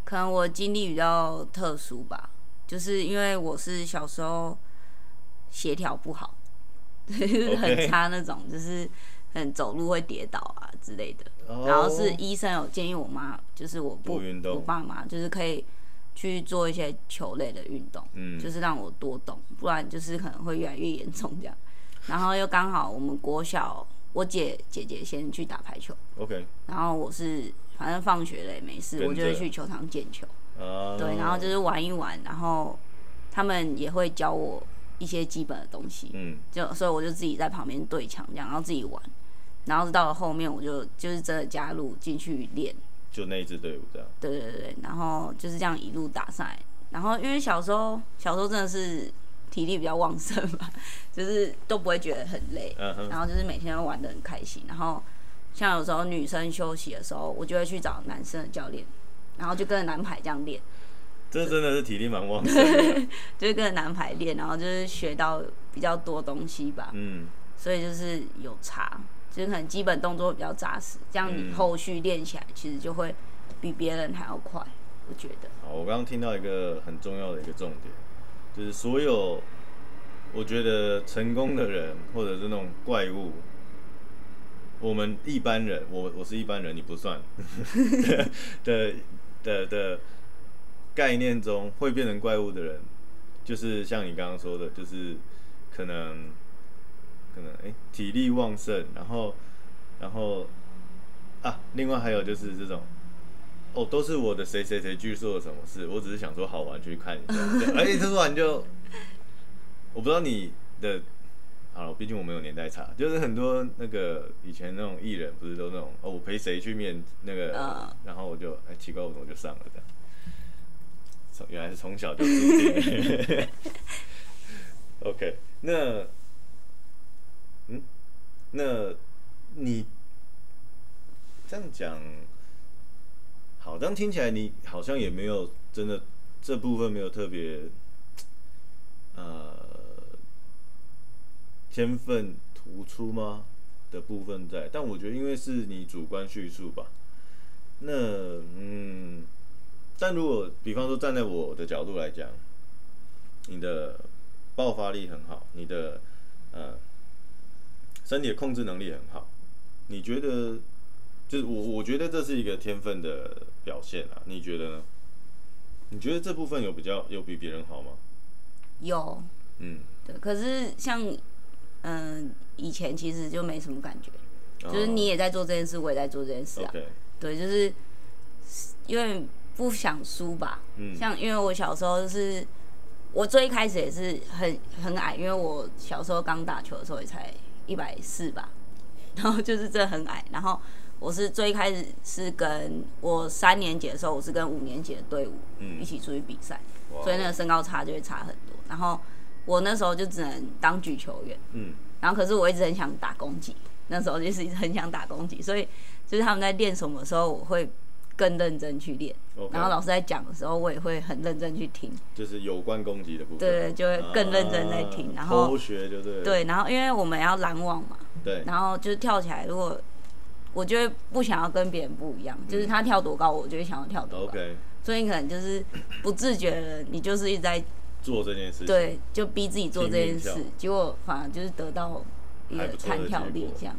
可能我经历比较特殊吧，就是因为我是小时候协调不好， 对，就是很
OK
差那种，就是很走路会跌倒啊之类的。然后是医生有建议我妈，就是我不
哦多运动
我爸妈就是可以去做一些球类的运动，
嗯
就是让我多动，不然就是可能会越来越严重这样。然后又刚好我们国小，我姐姐姐先去打排球，
OK
然后我是反正放学了也没事，
跟着
我就会去球场捡球，
啊，
对，然后就是玩一玩，然后他们也会教我一些基本的东西，
嗯
就所以我就自己在旁边对墙这样，然后自己玩，然后到了后面我就就是真的加入进去练，
就那一支队伍这样，
对对对对，然后就是这样一路打上来，然后因为小时候小时候真的是体力比较旺盛吧， 就是都不会觉得很累，
嗯哼，
然后就是每天都玩的很开心，然后像有时候女生休息的时候，我就会去找男生的教练，然后就跟着男排这样练，
这真的是体力蛮旺盛 的，
就是跟着男排练，然后就是学到比较多东西吧，
嗯，
所以就是有差，就是可能基本动作比较扎实，这样你
嗯
后续练起来其实就会比别人还要快，我觉得。
好，我刚刚听到一个很重要的一个重点，就是所有我觉得成功的人或者是那种怪物，我们一般人，我我是一般人，你不算的的的的概念中会变成怪物的人，就是像你刚刚说的，就是可能可能哎、诶体力旺盛，然后然后啊，另外还有就是这种。哦，都是我的谁谁谁去做了什么事，我只是想说好玩去看一下，这样而且突然就，我不知道你的，好了，毕竟我没有年代差，就是很多那个以前那种艺人不是都那种哦，我陪谁去面那个，
嗯
然后我就哎奇怪，我怎么就上了这样，从原来是从小就注定。OK，那，嗯，那你这样讲，好，但听起来你好像也没有真的这部分没有特别，呃，天分突出吗的部分在，但我觉得因为是你主观叙述吧，那嗯，但如果比方说站在我的角度来讲，你的爆发力很好，你的呃身体的控制能力很好，你觉得就是我我觉得这是一个天分的表现啊，你觉得呢？你觉得这部分有比较有比别人好吗？
有，
嗯，
对。可是像，嗯、以前其实就没什么感觉，就是你也在做这件事，我也在做这件事
哦
啊。
OK，
对，就是因为不想输吧。
嗯
像因为我小时候就是，我最一开始也是很很矮，因为我小时候刚打球的时候也才一百四吧，然后就是真的很矮。然后我是最一开始是跟我三年级的时候，我是跟五年级的队伍
嗯
一起出去比赛，
哇哦
所以那个身高差就会差很多。然后我那时候就只能当举球员，
嗯
然后可是我一直很想打攻击，那时候就是一直很想打攻击，所以就是他们在练什么的时候，我会更认真去练。
，OK，
然后老师在讲的时候，我也会很认真去听。
就是有关攻击的部分，
对就会更认真在听
啊
然后
偷学就对了，
对，然后因为我们要拦网嘛，
对，
然后就是跳起来，如果我就会不想要跟别人不一样，就是他跳多高，我就会想要跳
嗯
多高。
OK，
所以你可能就是不自觉的，你就是一直在
做这件事情，
对，就逼自己做这件
拼
事
命跳，
结果反而就是得到一
还
个
不错的
弹跳
结
力
果
这样。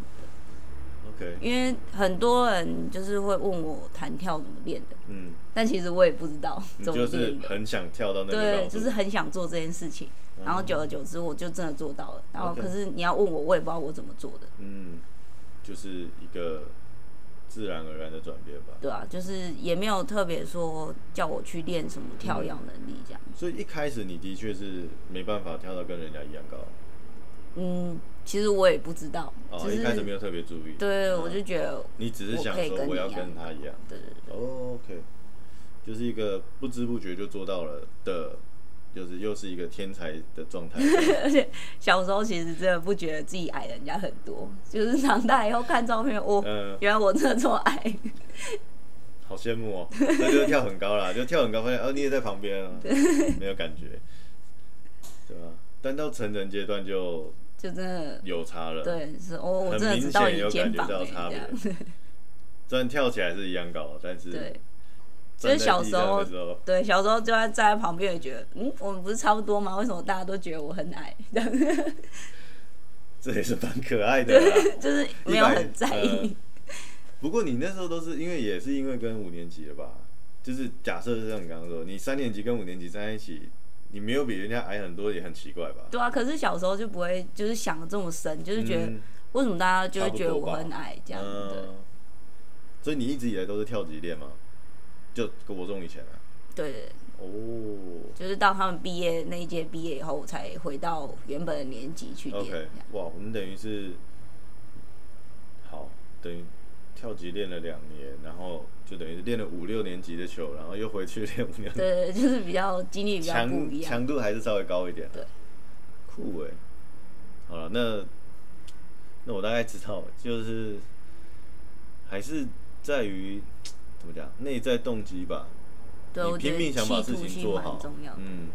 OK，
因为很多人就是会问我弹跳怎么练的，
嗯，
但其实我也不知道
你
怎么
就是
练的。
很想跳到那个高
对，
度，
就是很想做这件事情，然后久而久之我就真的做到了。然后
OK
可是你要问我，我也不知道我怎么做的，
嗯，就是一个自然而然的转变吧。
对啊，就是也没有特别说叫我去练什么跳跃能力这样。
所以一开始你的确是没办法跳到跟人家一样高，
嗯，其实我也不知道，
哦，
只
一开始
是
没有特别注意，
对，
嗯
我就觉得
你只是想
我可以
说
跟
我
你
要
一样
跟他一样，
对对对
哦，OK，就是一个不知不觉就做到了的，就是又是一个天才的状 态。
小时候其实真的不觉得自己矮人家很多，就是长大以后看照片，哦，
嗯，
原来我真的这么矮。
好羡慕哦，那就是跳很高啦， 就跳很高，发现哦你也在旁边啊，没有感觉，对吧？但到成人阶段就
就真的
有差了，，
对，是哦，我
很
真的
明
只到
显
你
有
肩
感觉
膀
到
欸
差
这
别
样。。
虽然跳起来是一样高，但是
对，就
站
是
在
小
地
时
上
候
的时候，
对，小时候就在站在旁边也觉得，嗯，我们不是差不多吗？为什么大家都觉得我很矮？ 这样
这也是蛮可爱的啦。
就是 没有很在
一呃
意
百。不过你那时候都是因为也是因为跟五年级的吧，就是假设是像你刚刚说，你三年级跟五年级站在一起，你没有比人家矮很多，也很奇怪吧？
对啊，可是小时候就不会就是想的这么深，就是觉得
嗯
为什么大家就会觉得
差不多
我
吧
很矮这样？
嗯，所以你一直以来都是跳级练吗？就国中以前啊？
对对对，
哦
就是到他们毕业那一届毕业以后，我才回到原本的年级去练。
，OK，
这样
哇，我们等于是好等于跳级练了两年，然后就等于是练了五六年级的球，然后又回去练五年级
对对，对就是比较经历比较不
强
一样。
强度还是稍微高一点。啊
对，
酷哎、好了，那那我大概知道了，就是还是在于怎么讲内在动机吧。
对，
你
我觉
拼
得
命想把事
企图
情
心
做
蛮
好
重要，的。
嗯。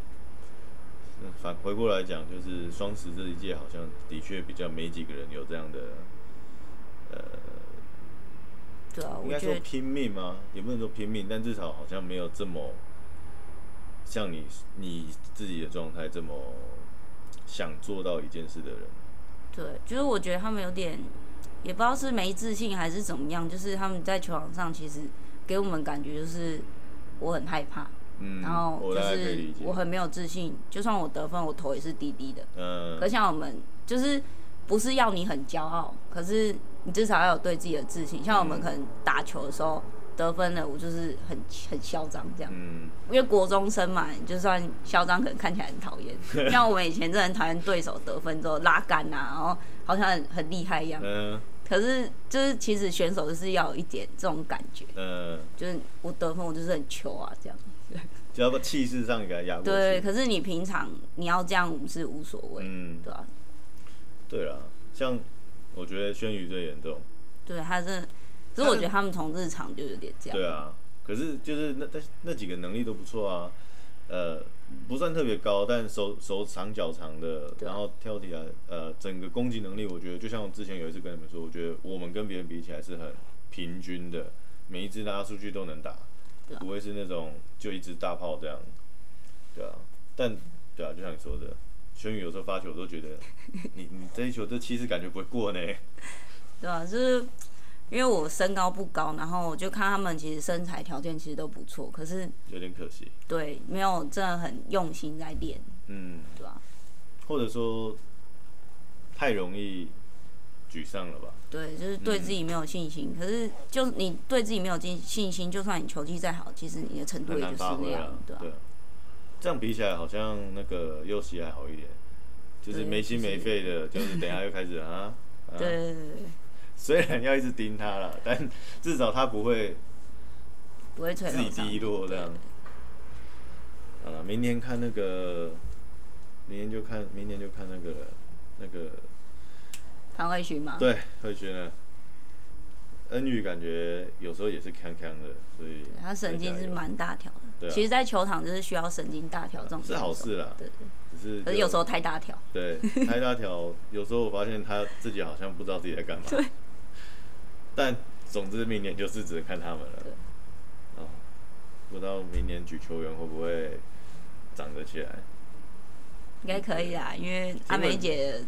那反回过来讲，就是双十这一届好像的确比较没几个人有这样的，呃，
对啊，
应
我
该说
觉得
拼命吗？也不能说拼命，但至少好像没有这么像你你自己的状态这么想做到一件事的人。
对，就是我觉得他们有点，也不知道是没自信还是怎么样，就是他们在球场上其实给我们感觉就是我很害怕，
嗯，
然后
我
就
大概可以
是
理解。
我很没有自信，就算我得分，我头也是低低的。
嗯
可，像我们就是不是要你很骄傲，可是你至少要有对自己的自信。像我们
嗯
可能打球的时候得分了，我就是很很嚣张这样。
嗯，
因为国中生嘛，你就算嚣张，可能看起来很 讨厌。像我们以前真的很讨厌对手得分之后拉杆啊，然后好像很很厉害一样。
嗯，
可是就是其实选手就是要有一点这种感觉，
嗯，
就是我得分我就是很球啊这样。
只要把气势上给他压过去。
对，可是你平常你要这样是无所谓，
嗯，
对吧、啊
对啦，像我觉得轩宇最严重。
对，他真的，可是我觉得他们从日常就有点这样。
对啊，可是就是那那那几个能力都不错啊，呃，不算特别高，但手手长脚长的，然后跳起来，呃，整个攻击能力，我觉得就像我之前有一次跟你们说，我觉得我们跟别人比起来是很平均的，每一只拉出去都能打，
对啊
不会是那种就一只大炮这样，对啊，但对啊，就像你说的。轩宇有时候发球，我都觉得 你你这一球这气势感觉不会过呢。
对啊，就是因为我身高不高，然后我就看他们其实身材条件其实都不错，可是
有点可惜。
对没有真的很用心在练，
嗯，
对啊吧、
或者说太容易沮丧了吧？
对，就是
嗯
对自己没有信心。可是，就是你对自己没有信信心，就算你球技再好，其实你的程度
很
也就
难
是
发
那
挥
样
啊，，
对啊
对啊。这样比起来，好像那个右膝还好一点，就是
对
没心
就是
没肺的，就是等一下又开 始啊。啊
对对对对，
虽然要一直盯他了， 但至少他不会
不会吹
自己
头
低落这样。好了，明年看那个，明年就看，明年就看那个那个，
潘慧群嘛，
对，慧轩了。恩宇感觉有时候也是康康的，所以
对他神经
再
是
加油
蛮大条
对
的。
啊
其实，在球场就是需要神经大条这种
是好事啦
对，对
只是
可是
就
有时候太大条，
对，太大条，有时候我发现他自己好像不知道自己在干嘛。对。 但总之，明年就是只能看他们了。
对
啊、不知道明年举球员会不会长得起来？
应该可以啦，因为阿
因为
梅姐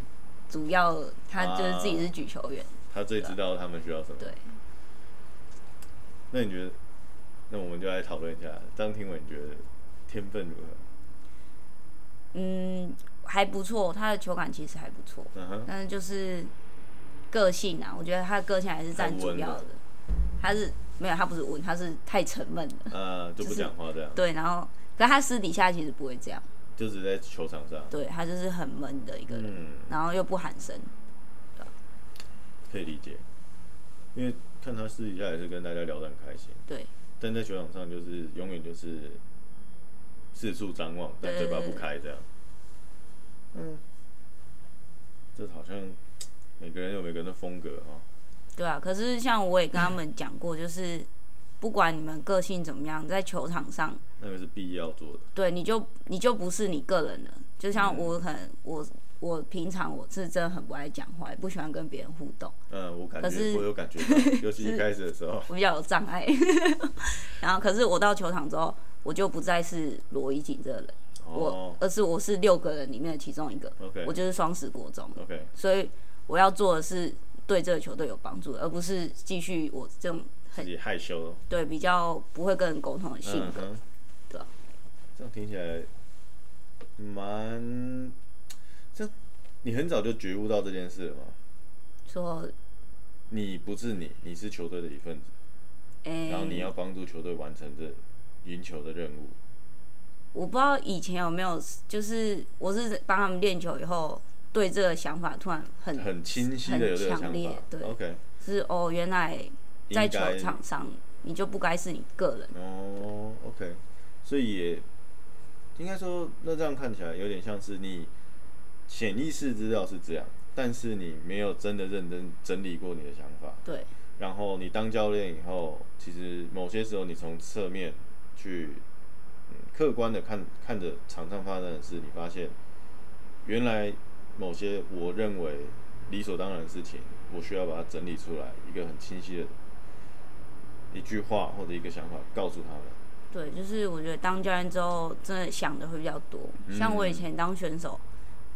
主要她就是自己是举球员，
他最知道他们需要什么。
啊对，
那你觉得？那我们就来讨论一下，张庭伟你觉得天分如何？
嗯，还不错，他的球感其实还不错，
嗯 哼，
但是就是个性啊，我觉得他的个性还是占
太
主要的
温了。
他是没有，他不是温，他是太沉闷了。
呃，就不讲话这样，
对，然后可他私底下其实不会这样，
就只在球场上。
对他就是很闷的一个人，
嗯，
然后又不喊声。
可以理解，因为看他私底下也是跟大家聊得很开心，
对，
但在球场上就是永远就是四处张望，但嘴巴不开这样。嗯，这好像每个人有每个人的风格哦哈、
对啊，可是像我也跟他们讲过，就是不管你们个性怎么样，在球场上，
那个是必要做的。
对你就你就不是你个人了。就像
嗯
我可能我我平常我是真的很不爱讲话，也不喜欢跟别人互动，
嗯，我感
可是
觉我有感觉到， 尤其一开始的时候，
我比较有障碍。 然后可是我到球场之后，我就不再是罗一锦这个人，我
哦
而是我是六个人里面的其中一个，
，OK
我就是双十国中。
OK，
所以我要做的是对这个球队有帮助的，而不是继续我这种
自
很
己害羞，
对比较不会跟人沟通的性
嗯
格。
哼，
对啊
这样听起来蛮，这样你很早就觉悟到这件事了吗？嗯
说，
你不是你，你是球队的一份子，
诶、
然后你要帮助球队完成这赢球的任务。
我不知道以前有没有，就是我是帮他们练球以后，对这个想法突然很
很清晰的有这个想
很强
法
烈。对
OK，
是哦，原来在球
应该
场上你就不该是你个人，
哦，OK，所以也应该说，那这样看起来有点像是你潜意识知道是这样，但是你没有真的认真整理过你的想法。
对
然后你当教练以后，其实某些时候你从侧面去、嗯、客观的看看着场上发生的事，你发现原来某些我认为理所当然的事情，我需要把它整理出来，一个很清晰的一句话或者一个想法告诉他们。
对，就是我觉得当教练之后，真的想的会比较多。
嗯
像我以前当选手，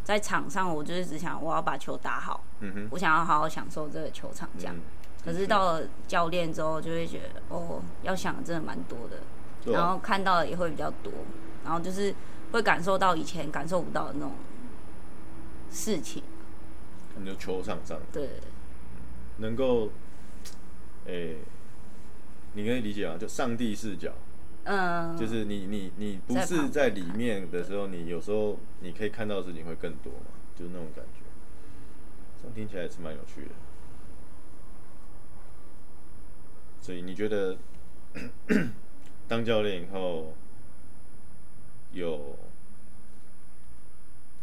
在场上我就是只想我要把球打好，
嗯哼，
我想要好好享受这个球场这样。
嗯
可是到了教练之后，就会觉得哦，要想的真的蛮多的，
对啊
然后看到的也会比较多，然后就是会感受到以前感受不到的那种事情。
你就球场上
对，
能够，诶、你可以理解啊吗？就上帝视角。
嗯，
就是你你你不
在
是
旁
在里面的时候，你有时候你可以看到的事情会更多嘛，就是那种感觉。这样听起来也是蛮有趣的。所以你觉得 当教练以后有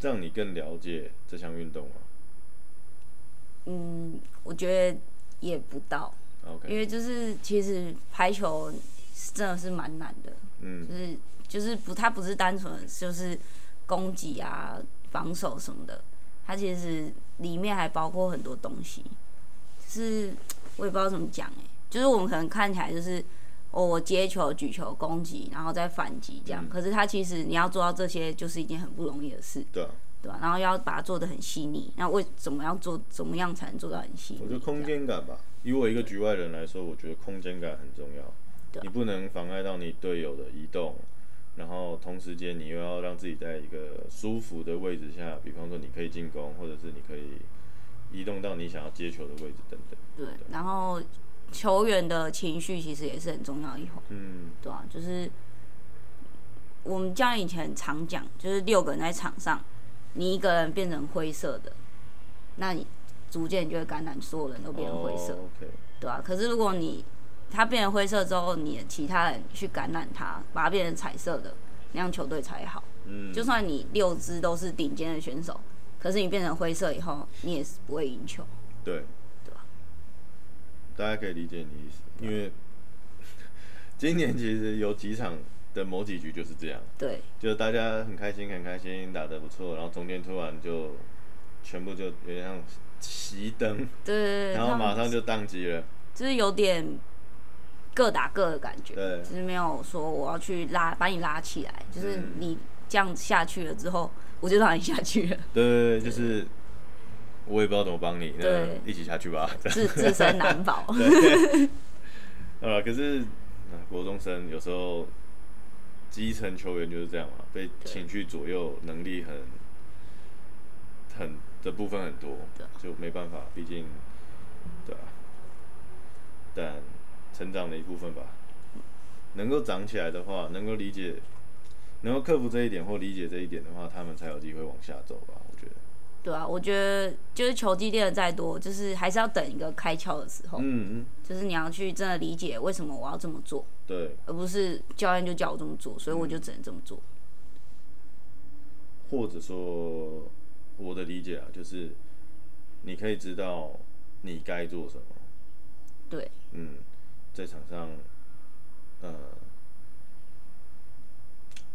让你更了解这项运动吗
嗯，我觉得也不到，因
？OK，
为就是其实排球是真的是蛮难的，
嗯
就是就是不，它不是单纯的就是攻击啊、防守什么的，它其实里面还包括很多东西。就是我也不知道怎么讲哎、就是我们可能看起来就是哦，我接球、举球、攻击，然后再反击这样。
嗯
可是它其实你要做到这些，就是一件很不容易的事，
对啊，
对吧、然后要把它做的很细腻，那为怎么样做，怎么样才能做到很细腻？
我觉得
这
空
样
间感吧，以我一个局外人来说，我觉得空间感很重要。
对
你不能妨碍到你队友的移动，然后同时间你又要让自己在一个舒服的位置下，比方说你可以进攻，或者是你可以移动到你想要接球的位置等等。
对，然后球员的情绪其实也是很重要的一环。
嗯，
对啊，就是我们教练以前很常讲，就是六个人在场上，你一个人变成灰色的，那你逐渐就会感染所有人都变成灰色，
哦 OK，
对啊，可是如果你他变成灰色之后，你的其他人去感染他，把它变成彩色的，那样球队才好。
嗯，
就算你六支都是顶尖的选手，可是你变成灰色以后，你也是不会赢球。
对，
对吧
大家可以理解你的意思，因为 今年其实有几场的某几局就是这样。
对，
就大家很开心，很开心，打得不错，然后中间突然就全部就有点像熄灯，
对对对，
然后
他们
马上就宕机了。
就是有点各打各的感觉，
对
就是没有说我要去拉把你拉起来，就是
嗯
你这样下去了之后，我就让你下去了，
对对对，就是我也不知道怎么帮你，那
对
一起下去吧。这样
自自身难保。
对，啊，可是啊国中生有时候基层球员就是这样嘛，被情绪左右，能力很很的部分很多
对啊，
就没办法，毕竟对啊，但成长的一部分吧，
嗯
能够长起来的话，能够理解。能够克服这一点或理解这一点的话，他们才有机会往下走吧。我觉得，
对啊，我觉得就是球技练的再多，就是还是要等一个开窍的时候，
嗯嗯，
就是你要去真的理解为什么我要这么做，
对，
而不是教练就叫我这么做，所以我就只能这么做。
嗯或者说我的理解啊，就是你可以知道你该做什么。
对，
嗯，在场上，呃，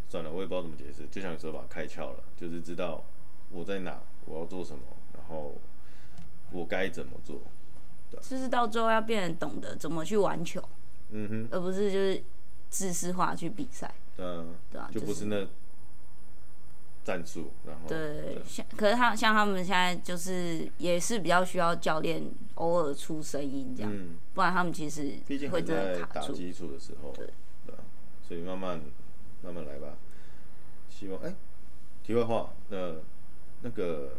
算了，我也不知道怎么解释，就像你说吧，开窍了，就是知道我在哪，我要做什么，然后我该怎么做。
就是到最后要变得懂得怎么去玩球，
嗯哼，
而不是就是自私化去比赛。
嗯、
对啊
就不
就是
是那战术，然后
对，像可是他像他们现在就是也是比较需要教练偶尔出声音这样，
嗯。
不然他们其实
毕竟
会
还
真
在
的卡
打
住。
基础的时候，
对
对啊所以慢慢慢慢来吧。希望哎、题外话，那那个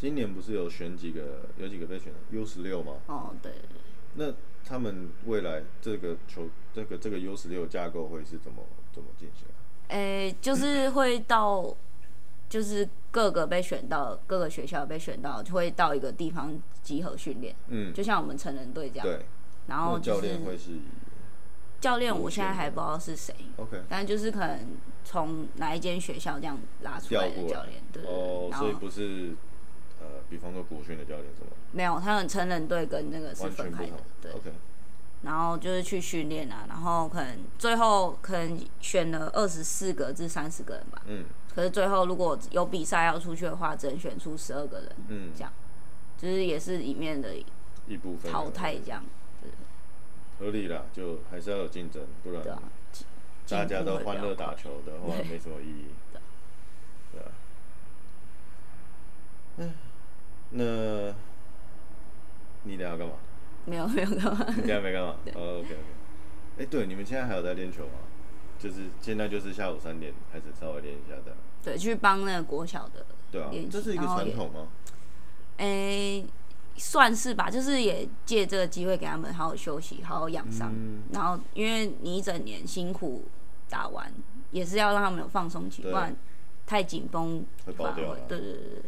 今年不是有选几个有几个被选 U 十六吗？
哦， 对对对
那他们未来这个球这个这个 U 十六架构会是怎么怎么进行啊、
诶、就是会到，就是各个被选到各个学校被选到，就会到一个地方集合训练，
嗯，
就像我们成人队这样。
对，
然后
那
就
教
是
练会是以
教练我现在还不知道是谁，
OK
但就是可能从哪一间学校这样拉出
调
来的
过
教
来
练，对嗯对对。
哦，
然
所以
后
不是呃，比方说国训的教练什么
没有，他们成人队跟那个是
完
分
全不
开的
同，
对。
，OK，
然后就是去训练啊，然后可能最后可能选了二十四个至三十个人吧，
嗯
可是最后如果有比赛要出去的话，只能选出十二个人，
嗯，
这样就是也是里面的
一部分
淘汰这样，
合理啦，就还是要有竞争，不然
对啊，进
大家
进步
都
会比
欢
较
乐打
快
球的话，没什么意义。啊对啊。嗯，那你俩要 干嘛？
没有没有 干嘛？
你俩没干嘛？OK OK。哎，对，你们现在还有在练球吗？就是现在就是下午三点开始稍微练一下这样。
对，去帮那个国小的
对啊
练，习
这是一个
然后
传
也
统吗？
诶、算是吧，就是也借这个机会给他们好好休息，好好养伤。然后，因为你一整年辛苦打完，也是要让他们有放松期，
对
不然太紧绷
会爆
反而
掉啊
会。对对对对。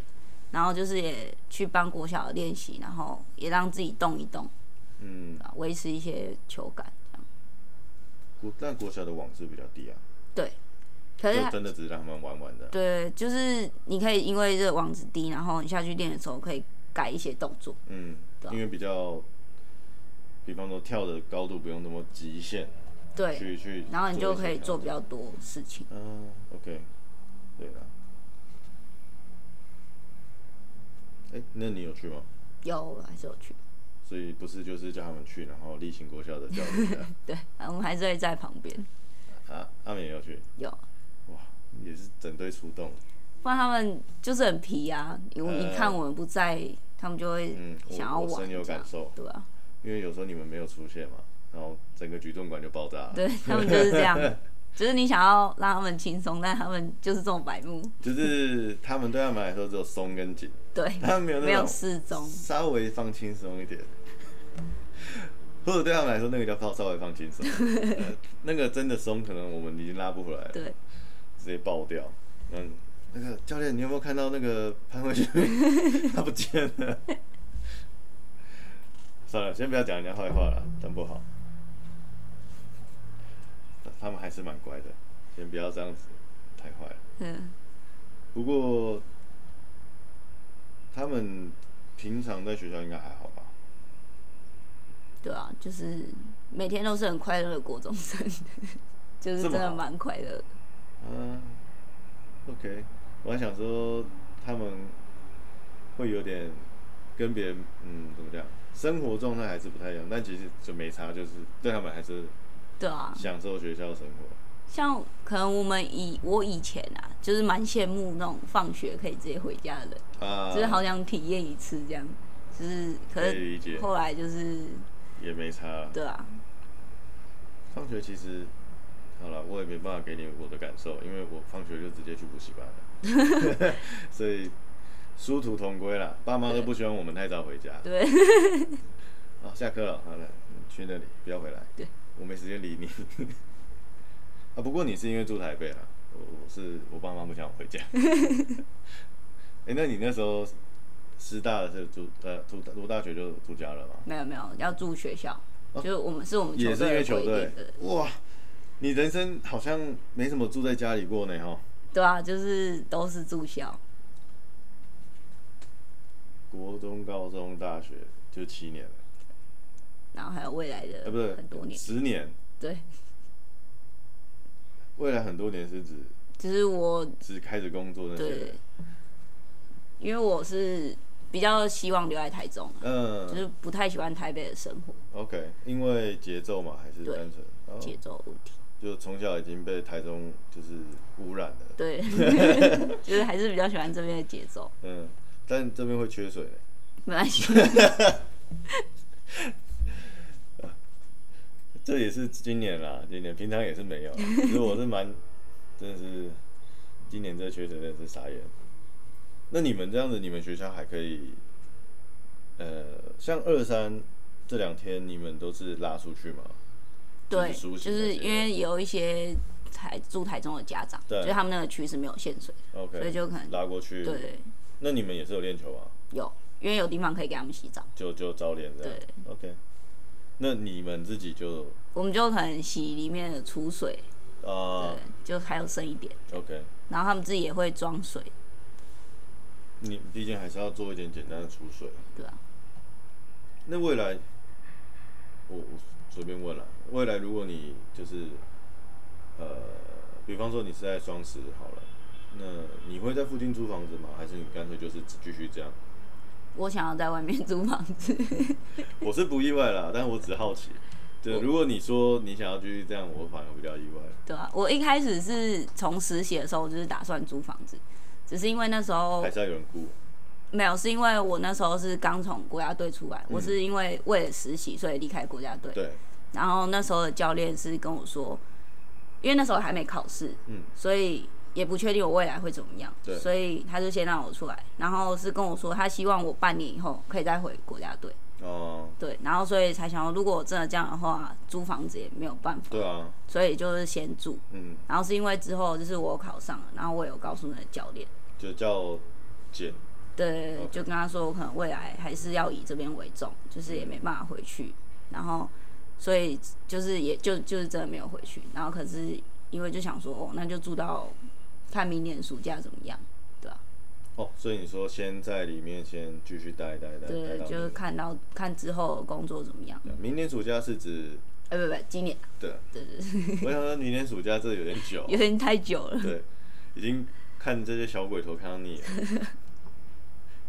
然后就是也去帮国小练习，然后也让自己动一动，
嗯，
啊维持一些球感这样。
国但国小的网是比较低啊，
对，啊可是
就
他
真的只是让他们玩玩的。
对，就是你可以因为这个网子低，然后你下去练的时候可以改一些动作。
嗯，
对啊
因为比较，比方说跳的高度不用那么极限，
对，
去去，
然后你就可以做
一
比
些调
较多事情。
整。嗯，OK，对了。哎、那你有去吗？
有还是有去，
所以不是就是叫他们去，然后例行国校的教 育这样
对，我们还是会在旁边
啊，阿美也有去，
有，
哇，也是整队出动，
不然他们就是很皮啊，因为
呃
一看我们不在，他们就会
嗯我
想要
我
玩
深有
这样
感受，
对啊，
因为有时候你们没有出现嘛，然后整个举重馆就爆炸了，
对他们就是这样，就是你想要让他们轻松，但他们就是这种白目，
就是他们对他们来说只有松跟紧，
对，
他们没有那
没有
种
失踪，
稍微放轻松一点， 或者对他们来说，那个叫放稍微放轻松、呃那个真的松，可能我们已经拉不回来了，
对，
直接爆掉。嗯，那个教练，你有没有看到那个潘慧轩？他不见了。算了，先不要讲人家坏话了，真不好。他们还是蛮乖的，先不要这样子，太坏了。
嗯，
不过他们平常在学校应该还好吧？
对啊，就是每天都是很快乐的国中生， 就
这
是真
么
的
好
蛮快乐的，
嗯，OK，我还想说他们会有点跟别人，嗯，怎么讲，生活状态还是不太一样，但其实就没差，就是对他们还是
对啊，
享受学校生活。
像可能我们以我以前啊，就是蛮羡慕那种放学可以直接回家的人，
啊，
就是好想体验一次这样。就是可
可以理解
是后来就是
也没差。
对啊，
放学其实好了，我也没办法给你我的感受，因为我放学就直接去补习班了， 所以殊途同归啦。爸妈都不希望我们太早回家。
对，
啊，下课了，好了，你去那里，不要回来。
对，
我没时间理你。 啊，不过你是因为住台北啊，我我是我爸妈不想我 回家。哎、那你那时候师大的是住呃住读大学就住家了吗？
没有没有要住学校，就是我们是我们
哦也是
球
因
队
为
的
球
规
队
定的，
哇，你人生好像没什么住在家里过呢哈。
对啊，就是都是住校，
国中、高中、大学就七年了，
然后还有未来
呃、
的
不是
很多年，
十年。
对，
未来很多年是指
就是我
只开始工作那些
对
人，，
因为我是比较希望留在台中，啊
嗯，
就是不太喜欢台北的生活
OK，因为节奏嘛，还是
对
单纯，然后
节奏问题，
就从小已经被台中就是污染了，
对， 就是还是比较喜欢这边的节奏，
嗯，但这边会缺水嘞，
没关系，
这也是今年啦，今年平常也是没 有啦，其实我是蛮，真的是今年这缺水真的是傻眼。那你们这样子，你们学校还可以，呃，像二三这两天你们都是拉出去吗？
对，
就是苏
就
醒那
是
些
因为有一些台住台中的家长，
对
就是他们那个区是没有限水，
OK，
所以就可能
拉过去，
对，
那你们也是有练球啊？
有，因为有地方可以给他们洗澡，
就就招联这样。OK，那你们自己就
我们就可能洗里面的储水，对
啊、，
就还有剩一点，
OK，
然后他们自己也会装水，
你毕竟还是要做一点简单的储水。
对啊，
那未来，我我随便问了，未来如果你就是呃，比方说你是在双十好了，那你会在附近租房子吗？还是你干脆就是继续这样？
我想要在外面租房子，
我是不意外啦，但我只是好 奇。对，如果你说你想要继续这样，我反而比较意外。
对啊，我一开始是从实习的时候就是打算租房子，只是因为那时候
还是要有人雇。
没有，是因为我那时候是刚从国家队出来，我是因为为了实习所以离开国家队，
嗯对，
然后那时候的教练是跟我说，因为那时候还没考试，
嗯，
所以也不确定我未来会怎么样
对，
所以他就先让我出来，然后是跟我说他希望我半年以后可以再回国家队，
哦、
对，然后所以才想要，如果我真的这样的话，租房子也没有办法，
对啊，
所以就是先住，
嗯，
然后是因为之后就是我有考上了，然后我有告诉那个教练，
就叫简
对，就跟他说我可能未来还是要以这边为重，就是也没办法回去，然后所以就是也就就是真的没有回去，然后可是因为就想说哦，那就住到看明年暑假怎么样，对吧、
哦，所以你说先在里面先继续待待待待
对，
到
就是
明
看到看之后工作怎么样，
年明年暑假是指
哎、不不，今年
对，
对对对，，
我想说明年暑假这有点久
有点太久 了，
对，已经看这些小鬼头看到腻 了。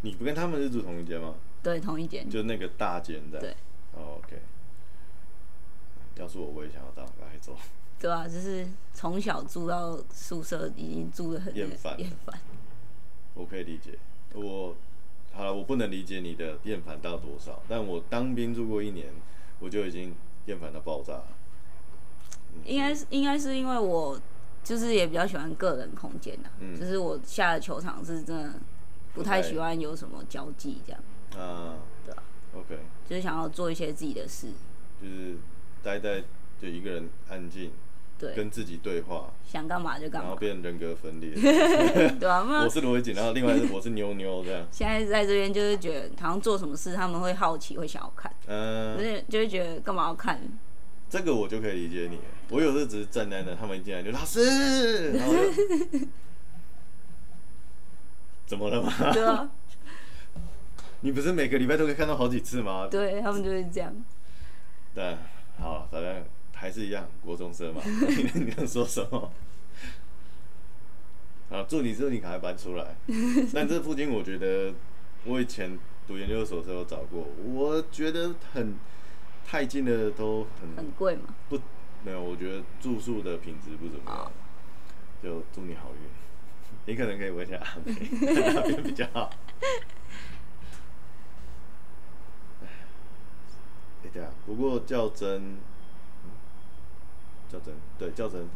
你不跟他们是住同一间吗？
对，同一间，
就那个大间的。
嗯对
哦、，OK。要是我，我也想要当来走。
对啊，就是从小住到宿舍已经住的很那个
厌烦了
厌烦，
我可以理解。我好了，我不能理解你的厌烦到多少，但我当兵住过一年，我就已经厌烦到爆炸了。
应该是应该是因为我就是也比较喜欢个人空间的、
嗯
就是我下了球场是真的不太喜欢有什么交际这样，
啊，
对啊，
OK，
就是想要做一些自己的事，
就是待在就一个人安静，
对，
跟自己对话，
想干嘛就干
然后
嘛，
变人格分裂。
对啊，那
我是罗伟锦，然后另外是我是妞妞这样。
现在在这边就是觉得好像做什么事他们会好奇，会想要看，
嗯、
不是就会觉得干嘛 要看，
这个我就可以理解你了。我有时候只是站在那，他们一进来就老师，然后我就怎么了吗？
对啊，
你不是每个礼拜都可以看到好几次吗？
对他们就是这样，
对，好，反正还是一样，国中生嘛，你你能说什么？啊，祝你祝你赶快搬出来。但这附近我觉得，我以前读研究所的时候找过，我觉得很太近的都很
很贵嘛，
不没有，我觉得住宿的品质不怎么
啊
样，就祝你好运。你可能可以问一下阿美， 哪边比较好？哎，对啊，不过较真，嗯较真，对较真，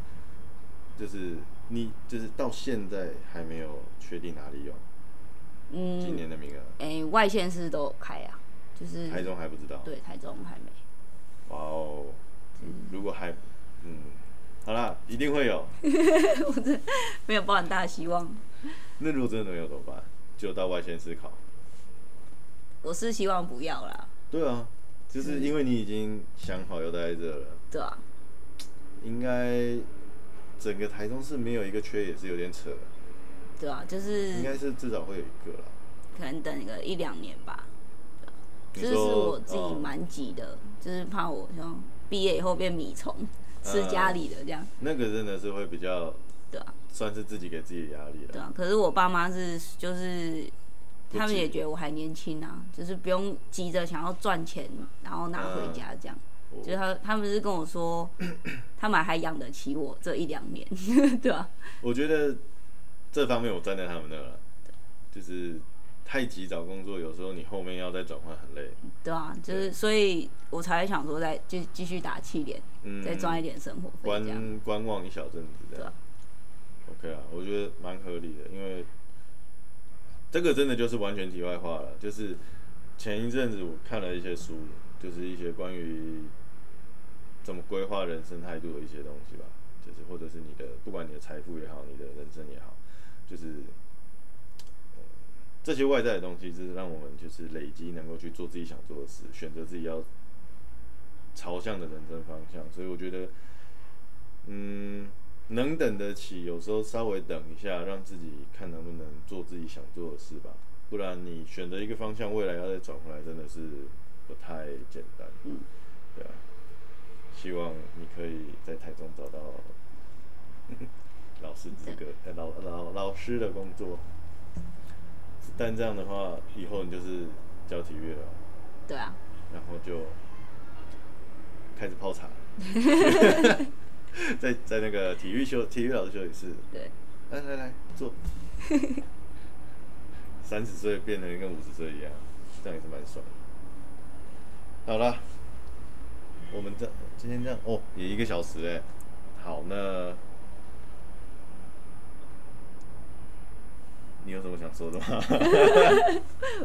就是你就是到现在还没有确定哪里有今
嗯，
年的名额，
哎、外县市都有开啊，就是
台中还不知道。
对台中还没，
哇哦，如果还嗯，好啦，一定会有。
没有抱很大的希望。
那如果真的没有怎么办？就到外县思考。
我是希望不要啦，
对啊，就是因为你已经想好要待在这了，
对啊，
应该整个台中市没有一个缺也是有点扯，
对啊，就
应
是
该是至少会有一个啦。
可能等个一两年吧。
你
这是
说
我自己、
哦
蛮急的，就是怕我像毕业以后变米虫，吃家里的这样，
那个真的是会比较
对啊，
算是自己给自己的压力
对
了。
啊。可是我爸妈是就是。
不
他们
急
也觉得我还年轻啊，就是不用急着想要赚钱，然后拿回家这样。
我
就是他他们是跟 我说，他们还养得起我这一两年， 对啊吧、
我觉得这方面我站在他们那了，就是太急找工作，有时候你后面要再转换很累。
对啊，就是所以我才会想说再继继续打气点，
嗯，
再赚一点生活费这样。
观观望一小阵子这
对
样
啊。
OK 啊，我觉得蛮合理的，因为这个真的就是完全题外话了。就是前一阵子我看了一些书，就是一些关于怎么规划人生态度的一些东西吧，就是或者是你的不管你的财富也好，你的人生也好，就是。呃这些外在的东西，就是让我们就是累积，能够去做自己想做的事，选择自己要朝向的人生方向。所以我觉得，嗯，能等得起，有时候稍微等一下，让自己看能不能做自己想做的事吧。不然你选择一个方向，未来要再转回来，真的是不太简单。
嗯，
对啊。希望你可以在台中找到老师资格，呃老老老师的工作。但这样的话，以后你就是教体育了，
对啊，
然后就开始泡茶，在在那个体育休体育老师休息室，
对，
来来来坐，三十岁变得跟五十岁一样，这样也是蛮爽的。好啦，我们这今天这样哦，也一个小时哎、好，那你有什么想说的吗？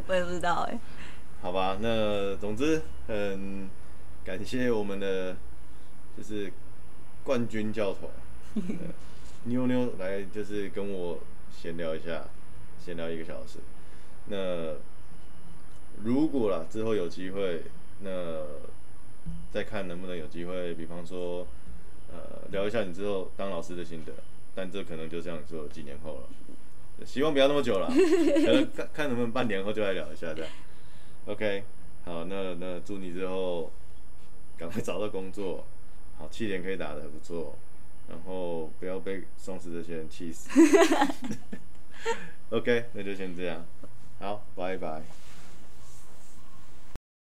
我也不知道哎、
好吧，那总之很感谢我们的就是冠军教头对妞妞来，就是跟我闲聊一下，闲聊一个小时。那如果啦之后有机会，那再看能不能有机会，比方说呃聊一下你之后当老师的心得，但这可能就像你说的几年后了。希望不要那么久了，可能看看能不能半年后就来聊一下这样。OK，好，那那祝你之后赶快找到工作， 好，气点可以打的不错，然后不要被双十这些人气死。OK，那就先这样，好，拜拜。